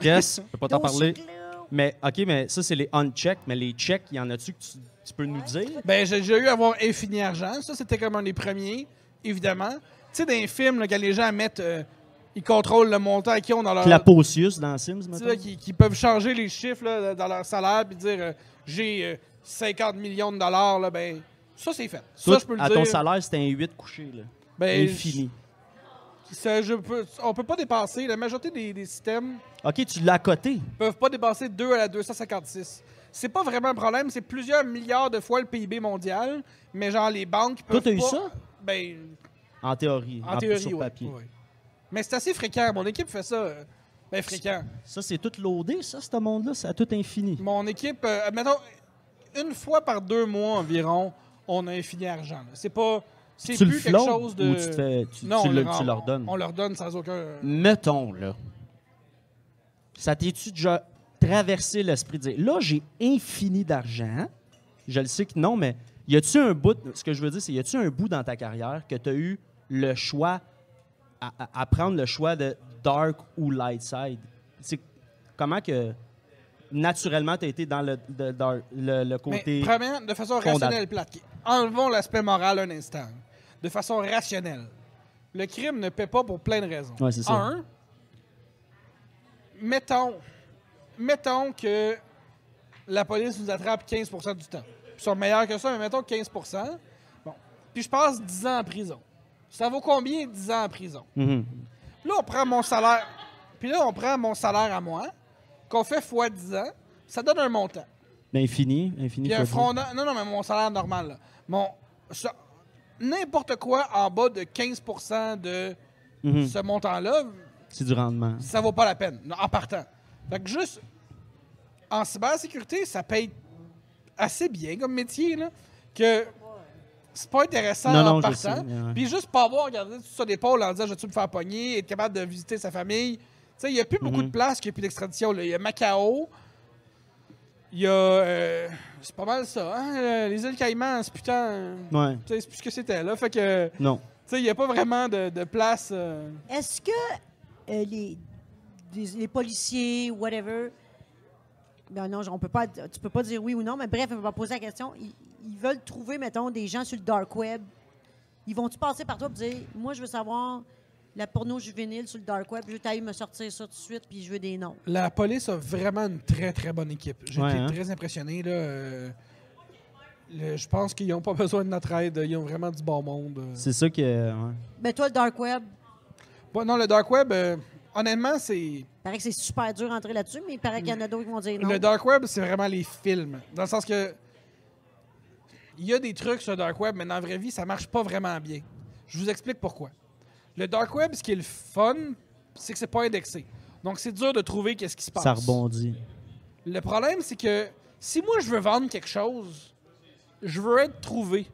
Yes, je peux pas t'en
Nos
parler.
cyclos.
Mais, OK, mais ça, c'est les uncheck, mais les checks, il y en a-tu que tu, tu peux nous dire?
Ben, j'ai déjà eu à avoir Infini Argent. Ça, c'était comme un des premiers, évidemment. Tu sais, dans les films, là, quand les gens mettent. euh, ils contrôlent le montant qu'ils ont dans leur.
Clapocius dans Sims,
Tu sais,
mettons.
là, qui, qui peuvent changer les chiffres là, dans leur salaire et dire euh, j'ai euh, 50 millions de dollars, là, ben, ça c'est fait. Ça,
Toi,
je peux le
à
dire.
ton salaire, c'était un 8 couché, là.
ben,
Infini.
je- ça, je peux- on peut pas dépasser. La majorité des, des systèmes
OK, tu l'as coté.
peuvent pas dépasser 2 à la 256. C'est pas vraiment un problème, c'est plusieurs milliards de fois le PIB mondial, mais genre les banques
Toi,
peuvent.
t'as eu
pas-
ça?
Ben,
En théorie.
en, théorie,
sur
ouais,
papier.
ouais. Mais c'est assez fréquent. Mon équipe fait ça. euh, Ben, fréquent.
Ça, c'est tout loadé, ça, ce monde-là. C'est à tout infini.
Mon équipe, euh, mettons, une fois par deux mois environ, on a infini argent. là. C'est pas. C'est
Tu le
plus quelque
flottes
chose de.
ou tu, te fais- tu-
Non,
tu
on
le-
le rend-
tu leur donnes?
On leur donne sans aucun.
Mettons, là. Ça t'es-tu déjà traversé l'esprit de dire là, j'ai infini d'argent? Je le sais que non, mais y a-tu un bout, ce que je veux dire, c'est y a-tu un bout dans ta carrière que tu as eu le choix à, à- à prendre le choix de dark ou light side? C'est comment que naturellement tu as été dans le, le dark- le- le
Mais,
côté.
premièrement, de façon
fondable.
rationnelle, plate. Enlevons l'aspect moral un instant. De façon rationnelle. Le crime ne paie pas pour plein de raisons.
Ouais, c'est ça.
Un, mettons, mettons que la police nous attrape 15 du temps. Ils sont meilleurs que ça, mais mettons 15 Bon. Puis je passe 10 ans en prison. Ça vaut combien 10 ans en prison?
Mhm.
Là, on prend mon salaire. Puis là, on prend mon salaire à moi, qu'on fait fois 10 ans. Ça donne un montant.
L'infini, infini.
Puis un
quoi
front
dire.
Non, non, mais mon salaire normal, là. Mon. ça- N'importe quoi en bas de 15 de
Mhm.
ce montant-là,
C'est du rendement.
ça vaut pas la peine, en partant. Fait que juste. En cybersécurité, ça paye assez bien comme métier, là, que c'est pas intéressant
Non,
en
non, je
partant.
sais, ouais.
Puis juste pas avoir regardé tout ça d'épaule en disant je vais me faire pogner, être capable de visiter sa famille. Tu sais, il y a
Mhm.
plus beaucoup de places qu'il n'y a plus d'extradition. là. Il y a Macao, il y a. euh, c'est pas mal ça, hein? euh, Les îles Caïmans, c'est putain. euh,
Ouais.
Tu sais, c'est plus ce que c'était, là. Fait que. Tu
Non.
sais, il n'y a pas vraiment de, de place. euh,
Est-ce que euh, les, les, les policiers, whatever, ben non, on peut pas, tu peux pas dire oui ou non, mais bref, on va poser la question. Ils, ils veulent trouver, mettons, des gens sur le dark web. Ils vont-tu passer par toi pour dire, moi, je veux savoir la porno juvénile sur le dark web, je veux t'aille me sortir ça tout de suite, puis je veux des noms.
La police a vraiment une très, très bonne équipe. J'ai
Ouais,
été
hein?
très impressionné. Là, euh, le- je pense qu'ils n'ont pas besoin de notre aide. Ils ont vraiment du bon monde. euh.
C'est ça que. ouais.
Mais toi, le dark web,
Bon, non, le dark web, euh, honnêtement, c'est...
il paraît que c'est super dur d'entrer là-dessus, mais il paraît qu'il y en a d'autres qui vont dire non.
Le dark web, c'est vraiment les films. Dans le sens que... Il y a des trucs sur le dark web, mais dans la vraie vie, ça marche pas vraiment bien. Je vous explique pourquoi. Le dark web, ce qui est le fun, c'est que c'est pas indexé. Donc, c'est dur de trouver qu'est-ce qui se passe.
Ça rebondit.
Le problème, c'est que si moi, je veux vendre quelque chose, je veux être trouvé.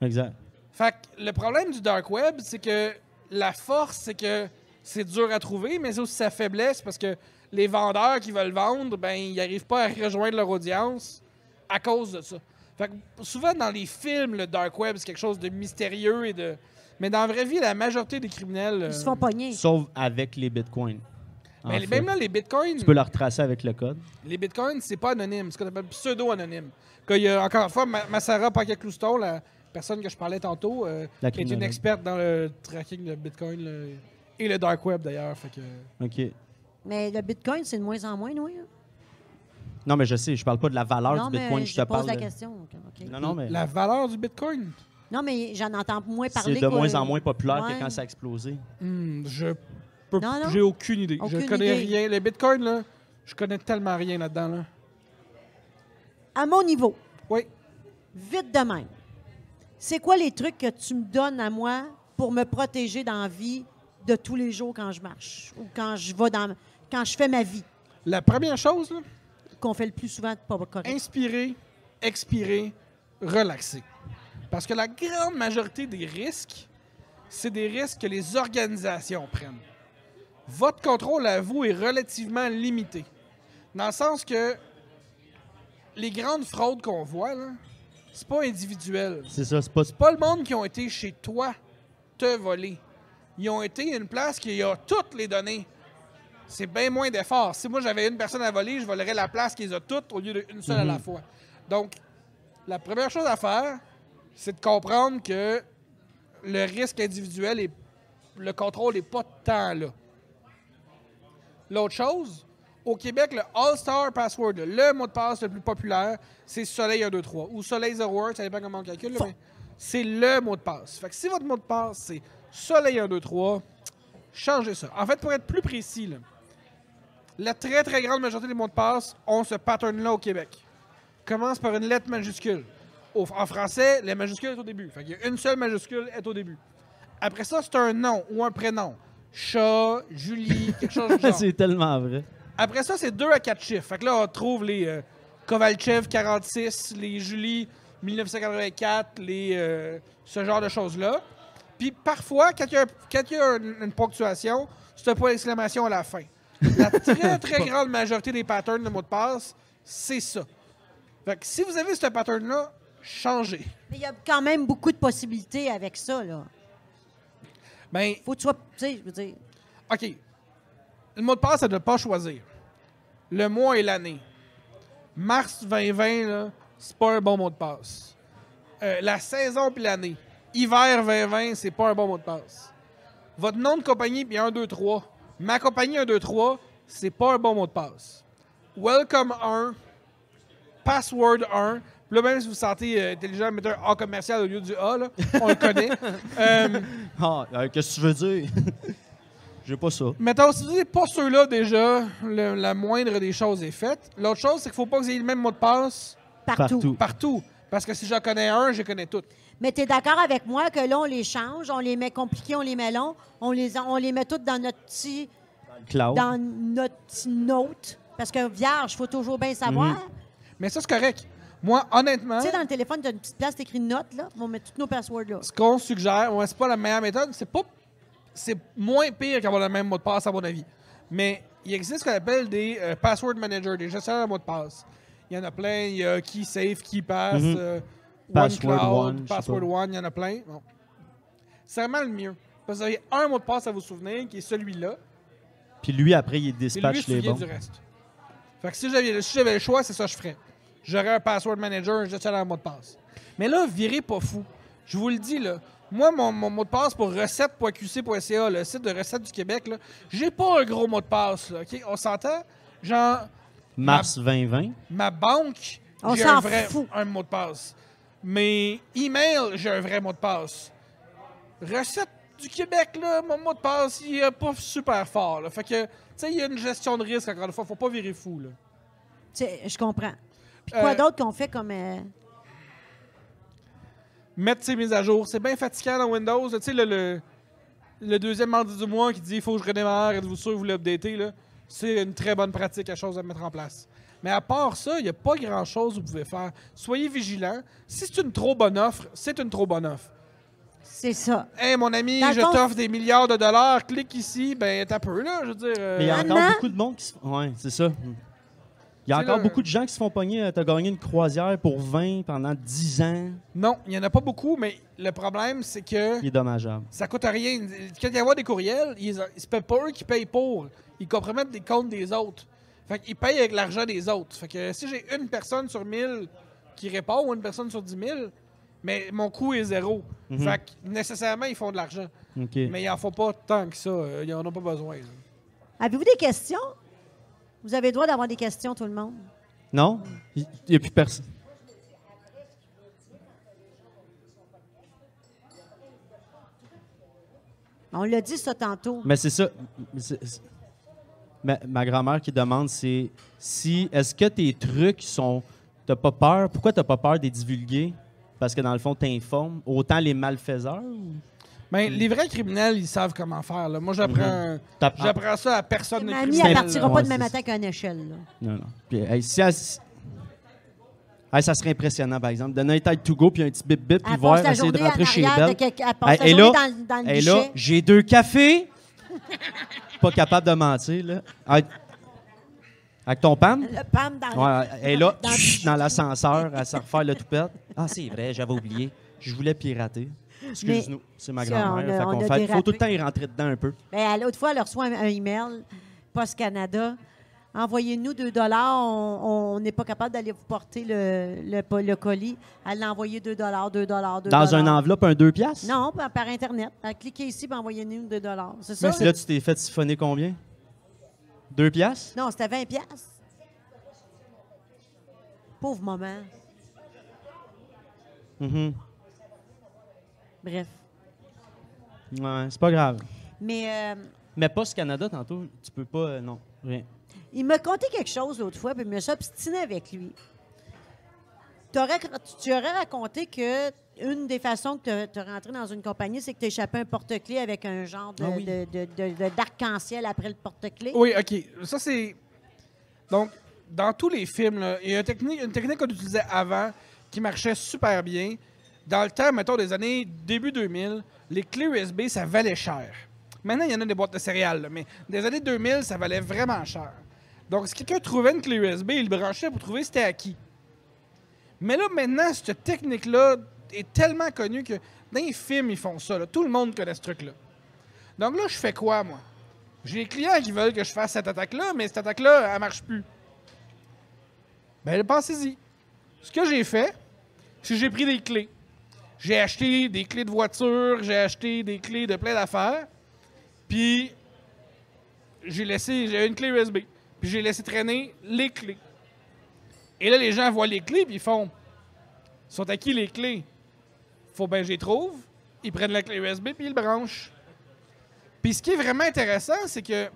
Exact.
Fait que le problème du dark web, c'est que la force, c'est que c'est dur à trouver, mais c'est aussi sa faiblesse parce que les vendeurs qui veulent vendre, ben ils n'arrivent pas à rejoindre leur audience à cause de ça. Fait que souvent dans les films, le dark web c'est quelque chose de mystérieux et de. Mais dans la vraie vie, la majorité des criminels.
Ils
euh,
se font pogner.
Sauf avec les bitcoins. En
ben,
fait.
même là, les bitcoins.
Tu peux le retracer avec le code.
Les bitcoins, c'est pas anonyme, c'est ce qu'on appelle pseudo-anonyme. Qu'il y a, encore une fois, Ma- Massara Pankaklouston, la personne que je parlais tantôt, euh,
La
qui est une
criminologue.
experte dans le tracking de bitcoin le- et le dark web d'ailleurs. Fait que...
OK.
Mais le bitcoin, c'est de moins en moins, oui. hein?
Non, mais je sais, je parle pas de la valeur
Non,
du bitcoin,
mais
je
je
te
pose
parle.
la
de-
question. ok, ok.
Non, non, mais
La valeur du bitcoin,
Non, mais j'en entends moins parler.
c'est de
qu'au-
moins en moins populaire
Ouais.
que quand ça a explosé.
Hmm, je peux-
Non, non.
j'ai aucune idée. je
Aucune
connais
idée.
rien. Le bitcoin, là, je connais tellement rien là-dedans. Là.
À mon niveau,
Oui.
vite de même, c'est quoi les trucs que tu me donnes à moi pour me protéger dans la vie de tous les jours quand je marche ou quand je vais dans quand je fais ma vie,
La première chose, là,
qu'on fait le plus souvent de pas correct.
inspirer, expirer, relaxer. Parce que la grande majorité des risques, c'est des risques que les organisations prennent. Votre contrôle à vous est relativement limité. Dans le sens que les grandes fraudes qu'on voit, là, c'est pas individuel.
C'est ça, c'est pas.
C'est pas le monde qui ont été chez toi te voler. Ils ont été à une place qui a toutes les données. C'est bien moins d'efforts. Si moi j'avais une personne à voler, je volerais la place qu'ils ont toutes au lieu d'une seule à la fois. Donc, la première chose à faire, c'est de comprendre que le risque individuel et le contrôle n'est pas tant là. L'autre chose, au Québec, le All-Star Password, le mot de passe le plus populaire, c'est Soleil 123 ou Soleil 01, ça dépend comment on calcule, là, mais c'est le mot de passe. Fait que si votre mot de passe, c'est Soleil 123, changez ça. En fait, pour être plus précis, là, la très très grande majorité des mots de passe ont ce pattern-là au Québec. Commence par une lettre majuscule. Au- en français, la majuscule est au début. Fait qu'il y a une seule majuscule est au début. Après ça, c'est un nom ou un prénom. Chat, Julie, quelque chose du genre.
c'est tellement vrai.
Après ça, c'est 2 à 4 chiffres. Fait que là, on trouve les euh, Kovalchev 46, les Julie 1984, les, euh, ce genre de choses-là. Puis parfois, quand il y a, quand il y a une, une ponctuation, c'est un point d'exclamation à la fin. La très, très grande majorité des patterns de mots de passe, c'est ça. Fait que si vous avez ce pattern-là, changez.
Mais il y a quand même beaucoup de possibilités avec ça, là.
Ben,
Faut que tu sois. Tu sais, je veux dire.
OK. Le mot de passe, c'est de ne pas choisir. Le mois et l'année. Mars 2020, là, c'est pas un bon mot de passe. Euh, la saison puis l'année. Hiver 2020, c'est pas un bon mot de passe. Votre nom de compagnie puis 1, 2, 3. Ma compagnie 1, 2, 3, c'est pas un bon mot de passe. Welcome 1, password 1. Puis Là, même si vous sentez euh, intelligent, mettez un A commercial au lieu du A, là. on le connaît. Euh,
Ah, euh, qu'est-ce que tu veux dire? J'ai pas ça.
Mettons, si vous n'êtes pas ceux-là déjà, le- la moindre des choses est faite. L'autre chose, c'est qu'il ne faut pas que vous ayez le même mot de passe
Partout.
Partout.
partout. Parce que si j'en connais un, je connais tout.
Mais tu es d'accord avec moi que là, on les change, on les met compliqués, on les met longs, on les, on les met toutes dans notre petit,
Cloud.
dans notre petit note. Parce que vierge, faut toujours bien savoir.
Mhm.
Mais ça, c'est correct. Moi, honnêtement,
Tu sais, dans le téléphone, tu as une petite place, t'écris note, là. On met tous nos passwords là.
ce qu'on suggère, ouais, c'est pas la meilleure méthode, c'est pas. C'est moins pire qu'avoir le même mot de passe, à mon avis. Mais il existe ce qu'on appelle des euh, password managers, des gestionnaires de mots de passe. Il y en a plein. Il y a qui safe, qui passe,
Mhm.
euh,
Password
OneCloud,
One, je sais
Password
pas.
One, il y en a plein. Bon. C'est vraiment le mieux. Parce que vous avez un mot de passe à vous souvenir, qui est celui-là.
Puis lui, après,
Puis
il
lui,
dispatche
se
les
souvient
bons.
du reste. Fait que si j'avais, si j'avais le choix, c'est ça que je ferais. J'aurais un password manager, je jetterais un mot de passe. Mais là, virez pas fou. Je vous le dis, là. Moi, mon, mon mot de passe pour recette.qc.ca, le site de recettes du Québec, là, j'ai pas un gros mot de passe, là. OK? On s'entend? Genre,
Mars 2020.
ma banque,
On
j'ai
s'en
un vrai
fout.
un mot de passe. Mes emails, j'ai un vrai mot de passe. Recette du Québec, là, mon mot de passe, il est pas super fort. là. Fait que, tu sais, il y a une gestion de risque, encore une fois. Faut pas virer fou, là.
Tu sais, je comprends. Puis quoi
Euh,
d'autre qu'on fait comme. euh,
Mettre ses mises à jour. C'est bien fatigant dans Windows. là. Tu sais, le, le, le deuxième mardi du mois qui dit il faut que je redémarre, êtes-vous sûr que vous l'updatez, là? C'est une très bonne pratique, quelque chose à mettre en place. Mais à part ça, il n'y a pas grand-chose que vous pouvez faire. Soyez vigilants. Si c'est une trop bonne offre, c'est une trop bonne offre.
C'est ça.
Hey, mon ami,
Dans
je
le fond-
t'offre des milliards de dollars, clique ici, ben t'as peu, là, je veux dire. euh, Hmm.
Mais il y a
Maintenant-
encore beaucoup de monde qui se. Ouais, c'est ça. Il y a
C'est
encore
le-
beaucoup de gens qui se font pogner. euh, T'as gagné une croisière pour 20 pendant 10 ans.
Non, il n'y en a pas beaucoup, mais le problème, c'est que
Il est dommageable.
ça coûte rien. Quand il y a des courriels, ils ne payent pas eux qui payent pour. Ils compromettent des comptes des autres. Fait qu'ils payent avec l'argent des autres. Fait que si j'ai une personne sur 1000 qui répond ou une personne sur 10 000, mais mon coût est zéro.
Mhm.
Fait que nécessairement, ils font de l'argent.
OK.
Mais ils n'en font pas tant que ça. euh, Ils n'en ont pas besoin. là.
Avez-vous des questions? Vous avez le droit d'avoir des questions, tout le monde.
Non? Il n'y a plus personne.
On l'a dit ça tantôt.
Mais c'est ça. Mais c'est- c'est- Ma, ma grand-mère qui demande, c'est si est-ce que tes trucs sont. T'as pas peur? Pourquoi t'as pas peur des divulguer? Parce que dans le fond, t'informes autant les malfaiseurs ou-
Ben, les vrais criminels, ils savent comment faire. là. Moi, j'apprends
T'app-
j'apprends ça à personne de
Ma amie,
criminel.
elle
criminels,
partira
là.
pas
Ouais,
demain
c'est
matin qu'une échelle, là.
Non, non. Puis, hey, si elle- si- Hey, ça serait impressionnant, par exemple. Donner un tag to go puis un petit bip bip puis
Elle
voir,
passe la
essayer de
journée en
rentrer chez
arrière de
Belle.
quelqu'un. Elle passe la
Hey, et
journée
là-
dans, dans le
Et là,
guichet.
j'ai deux cafés. pas capable de mentir, là. Avec- Avec ton pan?
Le pam dans
Ouais,
le-
elle est là,
dans le
chut,
guichet.
dans l'ascenseur, à se refaire le tout perdre. Ah, c'est vrai, j'avais oublié. Je voulais pirater. Excuse-nous, c'est ma
Mais, ça,
grand-mère.
on a-
Fait
on
qu'on
a
fait- faut
dérapé.
tout le temps y rentrer dedans un peu.
Ben, elle- l'autre fois, elle reçoit un, un email, Post Canada. Envoyez-nous 2 dollars, on on n'est pas capable d'aller vous porter le, le, po- le colis. Elle l'a envoyé 2 dollars, 2 dollars, 2
Dans une enveloppe, un 2 piastres?
Non, par, par Internet. Elle Cliquez ici et envoyez-nous 2 dollars. C'est ça?
Mais là, tu t'es fait siphonner combien? 2 piastres?
Non, c'était 20 piastres. Pauvre maman.
Mhm.
Bref.
Ouais, c'est pas grave.
Mais euh,
Mais pas ce Canada tantôt, tu peux pas, euh, non, rien.
Il m'a conté quelque chose l'autre fois, puis je me suis obstinée avec lui. T'aurais- tu tu aurais raconté que une des façons que tu es rentré dans une compagnie, c'est que tu échappais un porte-clés avec un genre de,
Ah oui.
de- de- de- de- d'arc-en-ciel après le porte-clés.
Oui, OK. Ça, c'est. Donc, dans tous les films, là, il y a une technique, une technique qu'on utilisait avant qui marchait super bien. Dans le temps, mettons, des années début 2000, les clés USB, ça valait cher. Maintenant, il y en a des boîtes de céréales, là, mais des années 2000, ça valait vraiment cher. Donc, si quelqu'un trouvait une clé USB, il le branchait pour trouver c'était acquis. Mais là, maintenant, cette technique-là est tellement connue que dans les films, ils font ça. là. Tout le monde connaît ce truc-là. Donc là, je fais quoi, moi? J'ai des clients qui veulent que je fasse cette attaque-là, mais cette attaque-là, elle marche plus. Ben, pensez-y. Ce que j'ai fait, c'est que j'ai pris des clés. J'ai acheté des clés de voiture, j'ai acheté des clés de plein d'affaires, puis j'ai laissé, j'avais une clé USB, puis j'ai laissé traîner les clés. Et là, les gens voient les clés, puis ils font Sont à qui les clés Faut bien que je les trouve. Ils prennent la clé USB, puis ils le branchent. Puis ce qui est vraiment intéressant, c'est que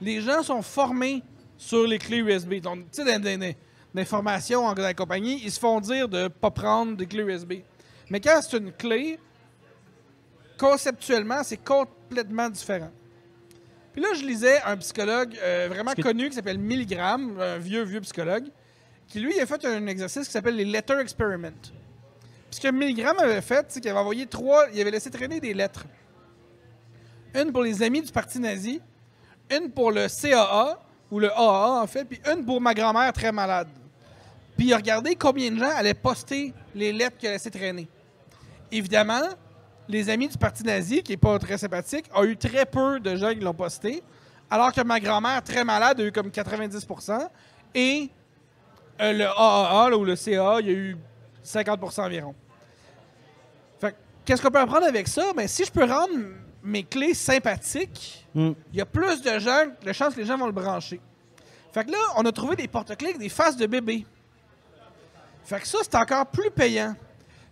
les gens sont formés sur les clés USB. Donc, tu sais, dans, dans- dans- dans les formations en- dans la compagnie, ils se font dire de ne pas prendre des clés USB. Mais quand c'est une clé, conceptuellement, c'est complètement différent. Puis là, je lisais un psychologue euh, vraiment
Est-ce que-
connu qui s'appelle Milligram, un vieux, vieux psychologue, qui lui a fait un exercice qui s'appelle les Letter Experiment. Puis ce que Milligram avait fait, c'est qu'il avait envoyé trois, il avait laissé traîner des lettres. Une pour les amis du parti nazi, une pour le CAA, ou le AA en fait, puis une pour ma grand-mère très malade. Puis il a regardé combien de gens allaient poster les lettres qu'il a laissées traîner. Évidemment, les amis du parti nazi, qui n'est pas très sympathique, ont eu très peu de gens qui l'ont posté, alors que ma grand-mère très malade a eu comme 90 et euh, le AAA là, ou le CAA, il y a eu 50 environ. Fait que, qu'est-ce qu'on peut apprendre avec ça? Ben, si je peux rendre mes clés sympathiques,
Hmm.
il y a plus de gens, la chance que les gens vont le brancher. Fait que là, on a trouvé des porte-clés avec des faces de bébé. Fait que ça, c'est encore plus payant.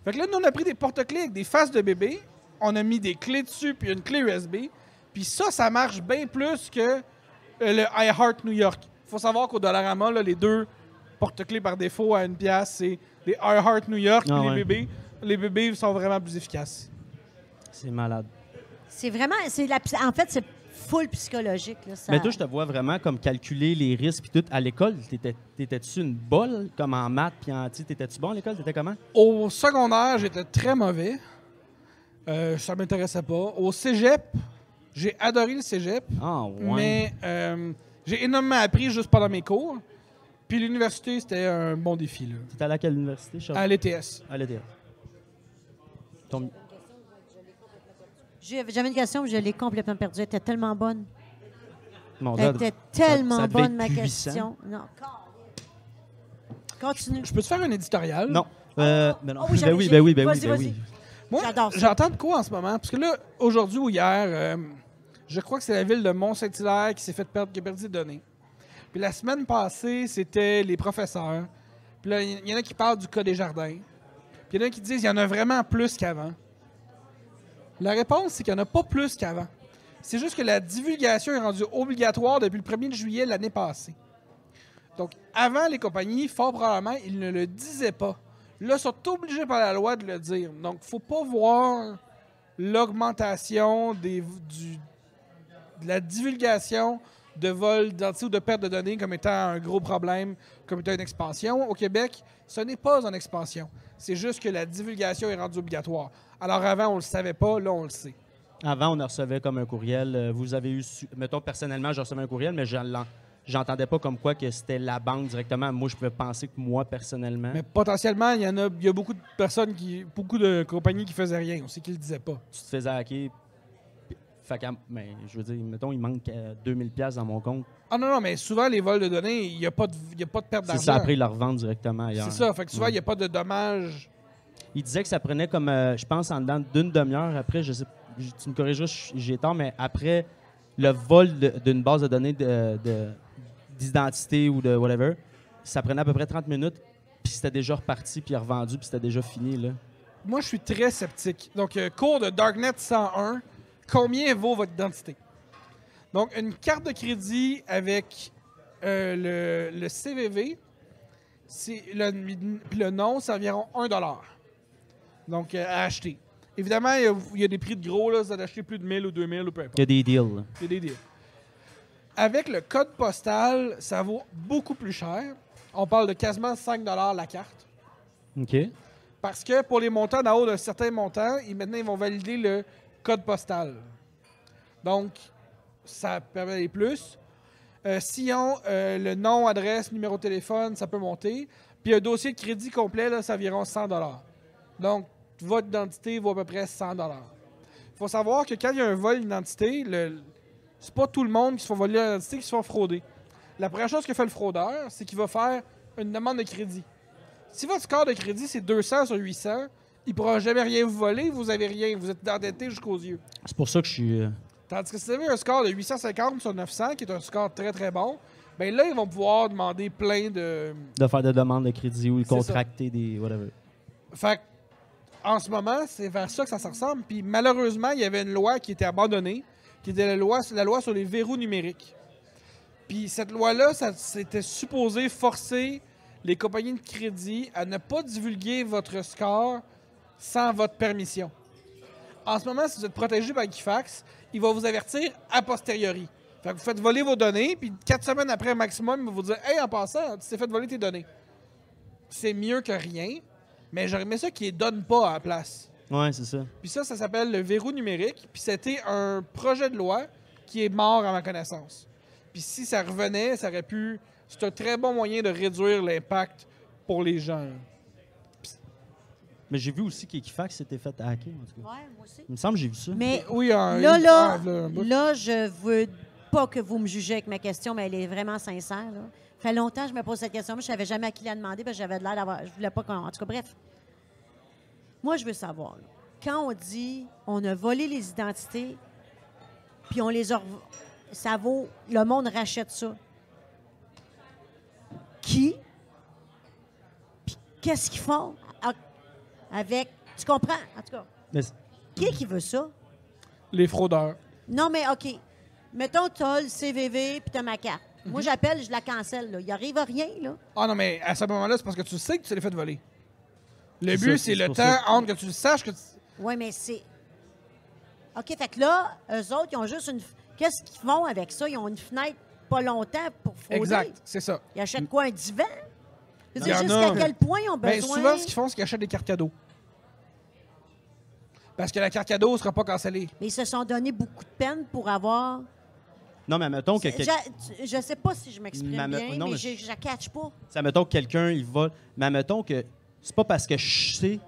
Fait que là, nous, on a pris des porte-clés avec des faces de bébé, on a mis des clés dessus, puis une clé USB. Puis ça, ça marche bien plus que euh, le iHeart New York. Faut savoir qu'au Dollarama, là, les deux porte-clés par défaut à une pièce, c'est les iHeart New York
Ah
puis
ouais.
les bébés. Les bébés sont vraiment plus efficaces.
C'est malade.
C'est vraiment. c'est la psy- en fait, c'est full psychologique. Là, ça-
Mais toi, je te vois vraiment comme calculer les risques puis tout. À l'école, t'étais- t'étais-tu une bolle comme en maths puis en tu sais, T'étais-tu bon à l'école? T'étais comment?
Au secondaire, j'étais très mauvais. Euh, ça m'intéressait pas. Au cégep, j'ai adoré le cégep,
Ah, ouais.
mais euh, j'ai énormément appris juste pendant mes cours. Puis l'université, c'était un bon défi. là.
T'étais allé à quelle université, Charles?
À l'ETS.
À l'EDF. Ton-
J'ai- J'avais une question, je l'ai complètement perdue. Elle était tellement bonne.
Mon
Elle
Dieu,
était
ça-
tellement
ça devait
bonne,
être
ma
puissant.
question. Non. Continue.
Je peux te faire un éditorial?
Non. Euh,
Ah,
ben non.
ah oui,
ben
j'avais-
oui,
j'ai-
ben oui, ben oui,
vas-y,
ben
vas-y.
oui.
Moi,
J'adore ça.
j'entends de quoi en ce moment? Parce que là, aujourd'hui ou hier, euh, je crois que c'est la ville de Mont-Saint-Hilaire qui s'est fait perdre, qui a perdu des données. Puis la semaine passée, c'était les professeurs. Puis là, il y en a qui parlent du cas des jardins. Puis il y en a qui disent qu'il y en a vraiment plus qu'avant. La réponse, c'est qu'il n'y en a pas plus qu'avant. C'est juste que la divulgation est rendue obligatoire depuis le 1er de juillet l'année passée. Donc, avant, les compagnies, fort probablement, ils ne le disaient pas. Là, ils sont obligés par la loi de le dire. Donc, faut pas voir l'augmentation des- du- de la divulgation de vols d'identité ou de perte de données comme étant un gros problème, comme étant une expansion. Au Québec, ce n'est pas une expansion. C'est juste que la divulgation est rendue obligatoire. Alors avant, on le savait pas, là, on le sait.
Avant, on recevait comme un courriel. euh, Vous avez eu, su- mettons, personnellement, je recevais un courriel, mais je l'en- j'entendais pas comme quoi que c'était la banque directement. Moi, je pouvais penser que moi, personnellement,
Mais potentiellement, il y en a, il y a beaucoup de personnes qui, beaucoup de compagnies qui faisaient rien aussi, qui le disaient pas.
tu te faisais hacker. Puis- Fait que, mais je veux dire, mettons, il manque euh, 2000 pièces dans mon compte.
Ah non, non, mais souvent, les vols de données, il n'y a, pas de- il y a pas de perte
C'est
d'argent.
ça, après, ils la revendent directement ailleurs.
Ben, C'est ça. Fait que souvent, il n'y a pas de dommages.
Il disait que ça prenait comme, euh, je pense, en dedans d'une demi-heure après, je sais, je- tu me corrigeras, si j'ai tort, mais après le vol de- d'une base de données de- de- d'identité ou de whatever, ça prenait à peu près 30 minutes, puis c'était déjà reparti, puis revendu, puis c'était déjà fini. Là.
Moi, je suis très sceptique. Donc, euh, cours de Darknet 101, combien vaut votre identité? Donc, une carte de crédit avec euh, le, le CVV, c'est le, puis le nom, c'est environ 1 Donc, euh, à acheter. Évidemment, il y a- il y, a des prix de gros, là, ça d'acheter plus de 1000 ou 2000 ou peu importe.
Il y a des deals. là.
Il y a des deals. Avec le code postal, ça vaut beaucoup plus cher. On parle de quasiment 5 la carte.
OK.
Parce que pour les montants d'en haut d'un certain montant, ils, maintenant, ils vont valider le code postal. Donc, ça permet d'aller plus. Euh, si on, euh, le nom, adresse, numéro de téléphone, ça peut monter. Puis un dossier de crédit complet, là, ça environ 100 Donc, votre identité vaut à peu près 100 faut savoir que quand il y a un vol d'identité, le... c'est pas tout le monde qui se fait voler l'identité qui se fait frauder. La première chose que fait le fraudeur, c'est qu'il va faire une demande de crédit. Si votre score de crédit, c'est 200 sur 800, il pourra jamais rien vous voler, vous avez rien, vous êtes endetté jusqu'aux yeux.
C'est pour ça que je suis. euh,
Tandis que si vous avez un score de 850 sur 900, qui est un score très très bon, ben là, ils vont pouvoir demander plein de.
de faire des demandes de crédit ou de
C'est ça.
contracter des. Whatever.
Fait que, en ce moment, c'est vers ça que ça se ressemble. Puis malheureusement, il y avait une loi qui était abandonnée, qui était la loi, la loi sur les verrous numériques. Puis cette loi-là, ça c'était supposé forcer les compagnies de crédit à ne pas divulguer votre score sans votre permission. En ce moment, si vous êtes protégé par Equifax, il va vous avertir a posteriori. Fait que vous faites voler vos données, puis quatre semaines après maximum, il va vous dire Hey, en passant, tu t'es fait voler tes données. C'est mieux que rien, mais j'aurais aimé ça qu'ils les donnent pas à la place.
Ouais, c'est ça.
Puis ça, ça s'appelle le verrou numérique. Puis c'était un projet de loi qui est mort à ma connaissance. Puis si ça revenait, ça aurait pu. C'est un très bon moyen de réduire l'impact pour les gens.
Mais j'ai vu aussi qu'Equifax s'était fait hacker, en tout cas.
Ouais, moi aussi.
Il me semble que j'ai vu ça.
Mais
Oui, un,
là,
une-
là,
ah, un bout.
là, je veux pas que vous me jugez avec ma question, mais elle est vraiment sincère. Là. Fait longtemps que je me pose cette question. Moi, je savais jamais à qui la demander, parce que j'avais de l'air d'avoir. Je voulais pas qu'on. En tout cas, bref. Moi, je veux savoir. là, Quand on dit on a volé les identités, puis on les a. rev- Ça vaut. Le monde rachète ça. Qui? Puis qu'est-ce qu'ils font a- avec. Tu comprends? En tout cas,
Mais c'est-
qui est qui veut ça?
Les fraudeurs.
Non, mais OK. Mettons, tu as le CVV puis tu as ma carte.
Mhm.
Moi, j'appelle, je la cancelle. Là. Il arrive à rien. Là.
Ah non, mais à ce moment-là, c'est parce que tu sais que tu l'as fait voler. Le
C'est
but, c'est
ça, c'est
le
pour
temps
ça.
entre que tu le saches que tu...
Oui, mais c'est. OK, fait que là, eux autres, ils ont juste une. f- Qu'est-ce qu'ils font avec ça? Ils ont une fenêtre pas longtemps pour frauder.
Exact, c'est ça.
Ils achètent quoi? Un divan? Je veux
Il y
dire,
en
jusqu'à
a.
quel point ils ont
Ben,
besoin.
souvent, ce qu'ils font, c'est qu'ils achètent des cartes cadeaux. Parce que la carte cadeau ne sera pas cancellée.
Mais ils se sont donné beaucoup de peine pour avoir.
Non, mais mettons que quelqu'un.
Je- tu- Je sais pas si je m'exprime
Ma-
bien,
ma- non,
mais
mais
je ne catch pas.
Ça, mettons que quelqu'un, il vole. Mais mettons que c'est pas parce que je sais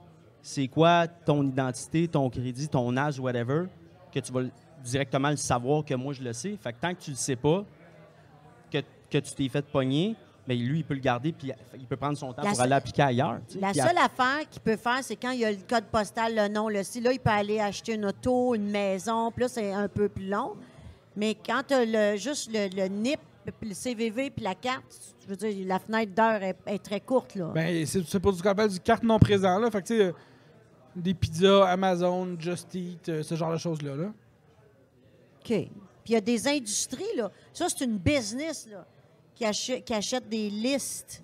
c'est quoi ton identité, ton crédit, ton âge, whatever, que tu vas le- directement le savoir que moi je le sais. Fait que tant que tu le sais pas, que, que tu t'es fait pogner, mais lui, il peut le garder puis il peut prendre son temps
La
pour
seule-
aller appliquer ailleurs. tu sais.
La
Puis
seule affaire qu'il peut faire, c'est quand il y a le code postal, le nom, le si. Là, il peut aller acheter une auto, une maison. Puis là, c'est un peu plus long. Mais quand tu le, juste le, le NIP, puis le CVV, puis la carte, je veux dire, la fenêtre d'heure est, est très courte, là.
Ben, c'est c'est pas du qu'on appelle du carte non présent, là. Fait que, tu sais, euh, des pizzas, Amazon, Just Eat, euh, ce genre de choses-là, là.
OK. Puis il y a des industries, là. Ça, c'est une business, là, qui achète, qui achète des listes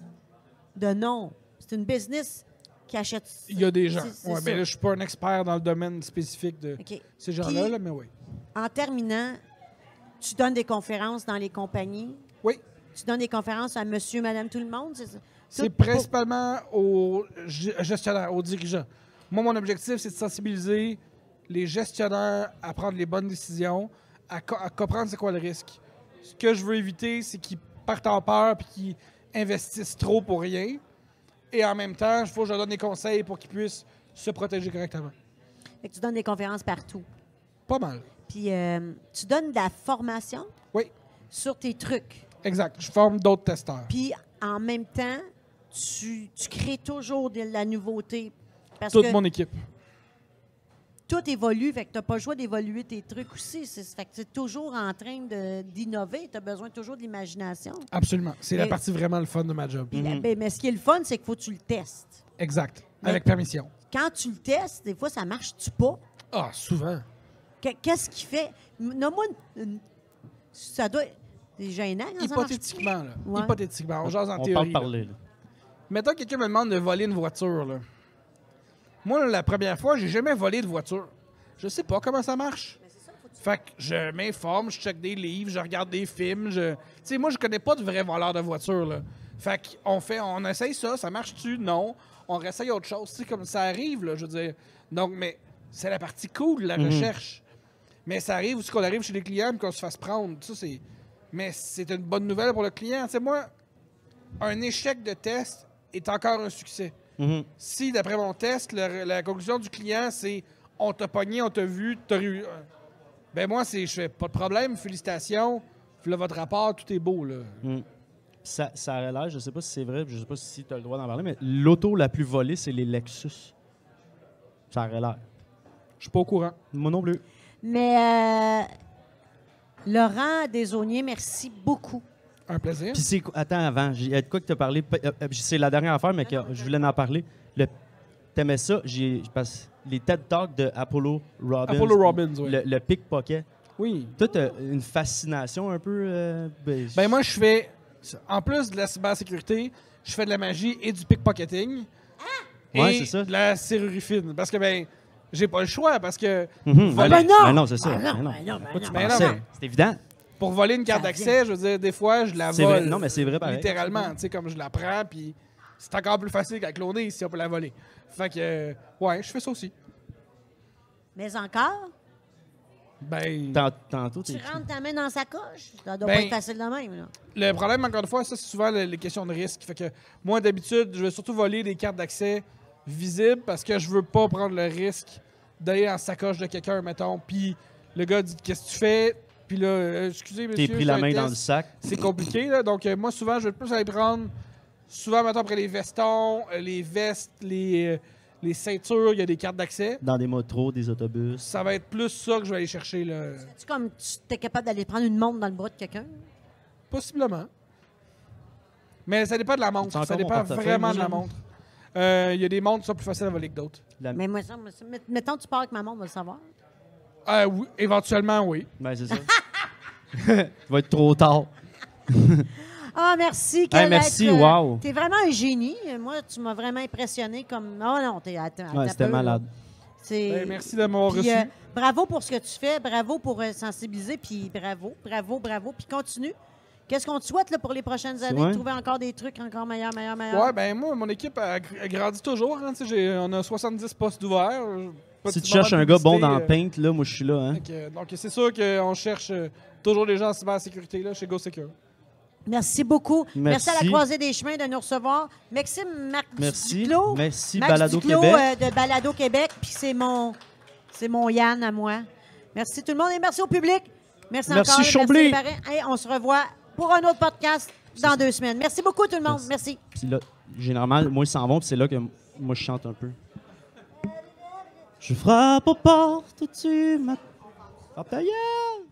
de noms. C'est une business qui achète ça.
Il y a des gens.
C'est- c'est
Ouais,
ça.
mais là, je suis pas un expert dans le domaine spécifique de
OK.
ces gens-là,
Puis-
là, mais oui.
En terminant, tu donnes des conférences dans les compagnies.
Oui.
Tu donnes des conférences à monsieur, madame, tout le monde, c'est ça?
C'est
Tout pour-
principalement aux ge- gestionnaires, aux dirigeants. Moi, mon objectif, c'est de sensibiliser les gestionnaires à prendre les bonnes décisions, à, co- à comprendre c'est quoi le risque. Ce que je veux éviter, c'est qu'ils partent en peur et qu'ils investissent trop pour rien. Et en même temps, il faut que je leur donne des conseils pour qu'ils puissent se protéger correctement.
Fait que tu donnes des conférences partout.
Pas mal.
Puis euh, tu donnes de la formation
Oui,
sur tes trucs.
exact. Je forme d'autres testeurs.
Puis en même temps, tu, tu crées toujours de la nouveauté. Parce
Toute
que
mon équipe.
tout évolue, fait que tu n'as pas le choix d'évoluer tes trucs aussi. C'est fait que tu es toujours en train de- d'innover, tu as besoin toujours de l'imagination.
Absolument. C'est la
Mais-
partie vraiment le fun de ma job.
Puis la- ben, mais ce qui est le fun, c'est qu'il faut que tu le testes.
Exact.
Mais-
Avec permission.
Quand tu le testes, des fois, ça marche-tu pas?
Ah, souvent.
Que- Qu'est-ce qui fait? M- Nomme-moi une, une- Ça doit. C'est gênant. quand ça marche.
Hypothétiquement, là.
Ouais.
Hypothétiquement. On jase en
on
théorie.
parle
là.
parler. là.
Mettons que quelqu'un me demande de voler une voiture, là. Moi, la première fois, j'ai jamais volé de voiture. Je sais pas comment ça marche. Fait que je m'informe, je check des livres, je regarde des films, je... Tu sais, moi, je connais pas de vrai voleur de voiture, là. Fait qu'on fait, on essaye ça, ça marche-tu? Non. On réessaye autre chose. Tu sais, comme ça arrive, là, je veux dire. Donc, mais c'est la partie cool de la recherche. Mais ça arrive aussi qu'on arrive chez les clients et qu'on se fasse prendre. Ça, c'est... Mais c'est une bonne nouvelle pour le client. Tu sais, moi, un échec de test est encore un succès.
Mhm.
Si, d'après mon test, le- la conclusion du client, c'est on t'a pogné, on t'a vu, t'as réussi. Ben moi, c'est, je fais pas de problème, félicitations, là, votre rapport, tout est beau, là.
Ça, ça aurait l'air, je sais pas si c'est vrai, puis je sais pas si tu as le droit d'en parler, mais l'auto la plus volée, c'est les Lexus. Ça aurait l'air.
Je suis pas au courant.
Moi non plus.
Ah. Mais euh, Laurent Desaunier, merci beaucoup.
Un plaisir.
Puis c'est quoi- Attends, avant, il y a de quoi que tu as parlé. pe- euh, euh, C'est la dernière affaire, mais que je voulais en parler. Le... T'aimais ça? J'ai... Parce... Les TED Talks de Apollo Robbins.
Apollo Robbins, oui.
Le, le pickpocket.
Oui.
Toi, t'as une fascination un peu. euh, ben,
Ben moi, je fais, en plus de la cybersécurité, je fais de la magie et du pickpocketing. Ah!
Ouais, c'est ça.
de la serrurie fine. Parce que, ben, j'ai pas le choix, parce que
Mhm,
voler-
ben non!
Ben non, c'est ça.
Ben non,
Ben non.
ben non, ben
Pourquoi tu
Ah, non, ben
pensais?
non.
C'est évident.
pour voler une carte
Ça
d'accès, je veux dire, des fois, je la
C'est
vole.
vrai. Non, mais c'est vrai, pareil.
Littéralement, tu sais, comme je la prends, puis c'est encore plus facile qu'à cloner si on peut la voler. Fait que, euh, ouais, je fais ça aussi.
Mais encore,
Ben,
Tant- Tantôt, t'es-
tu rentres ta main dans sa coche. Ça doit
Ben-
pas être facile de même. Là.
le problème, encore une fois, ça, c'est souvent le- les questions de risque. Fait que, moi, d'habitude, je vais surtout voler des cartes d'accès visibles parce que je veux pas prendre le risque d'aller en sacoche de quelqu'un, mettons, puis le gars dit Qu'est-ce que tu fais Puis là, euh, excusez, monsieur.
t'es pris la
j'ai un
main dans
test.
le sac.
c'est compliqué. Là. Donc, euh, moi, souvent, je vais plus aller prendre, souvent, maintenant après les vestons, euh, les vestes, les, euh, les ceintures, il y a des cartes d'accès.
Dans des motos, des autobus.
Ça va être plus ça que je vais aller chercher, là.
Tu comme tu es capable d'aller prendre une montre dans le bras de quelqu'un.
Possiblement. Mais ça dépend de la
C'est
montre.
encore
Ça
mon
dépend
portefeuille,
vraiment
moi,
de la
j'aime.
montre. Euh, Il y a des montres qui sont plus faciles à voler que d'autres.
La...
Mais moi, ça, moi, ça- met- mettons, tu pars avec ma montre, on va le savoir.
Euh, oui, éventuellement, oui.
Ben, c'est ça. Il va être trop tard.
Ah, merci, quel
merci,
être, euh,
wow.
T'es vraiment un génie. Moi, tu m'as vraiment impressionné comme. Oh non, t'es. Attends, attends
Ouais,
un
c'était
peu,
malade.
là. C'est-
Ben, merci de m'avoir
Puis,
reçu.
euh, bravo pour ce que tu fais, bravo pour euh, sensibiliser, puis bravo, bravo, bravo, puis continue. Qu'est-ce qu'on te souhaite là, pour les prochaines années?
Ouais.
Trouver encore des trucs encore meilleurs, meilleurs, meilleurs.
Ouais, ben moi, mon équipe a, gr- a grandi toujours. hein. Tu sais, j'ai- on a 70 postes ouverts.
Si tu cherches un gars bon dans
le
Paint, là, moi, je suis là. Hein?
Fait que, donc, c'est sûr qu'on cherche euh, toujours des gens en cybersécurité là, chez GoSecure.
Merci beaucoup. Merci. à
Merci.
la Croisée des Chemins de nous recevoir. Maxime Marc
Merci.
Duclos.
Merci,
Max
Balado
Duclos,
Québec.
euh, de Balado Québec, puis c'est mon, c'est mon Yann à moi. Merci tout le monde et merci au public. Merci,
Merci,
encore. et
Chambly.
les parrains. Et on se revoit pour un autre podcast dans deux semaines. Merci beaucoup tout le monde. Merci.
Puis là, généralement, moi, ils s'en vont, puis c'est là que m- moi, je chante un peu. Je frappe aux portes, tu m'as... Frappe ta gueule!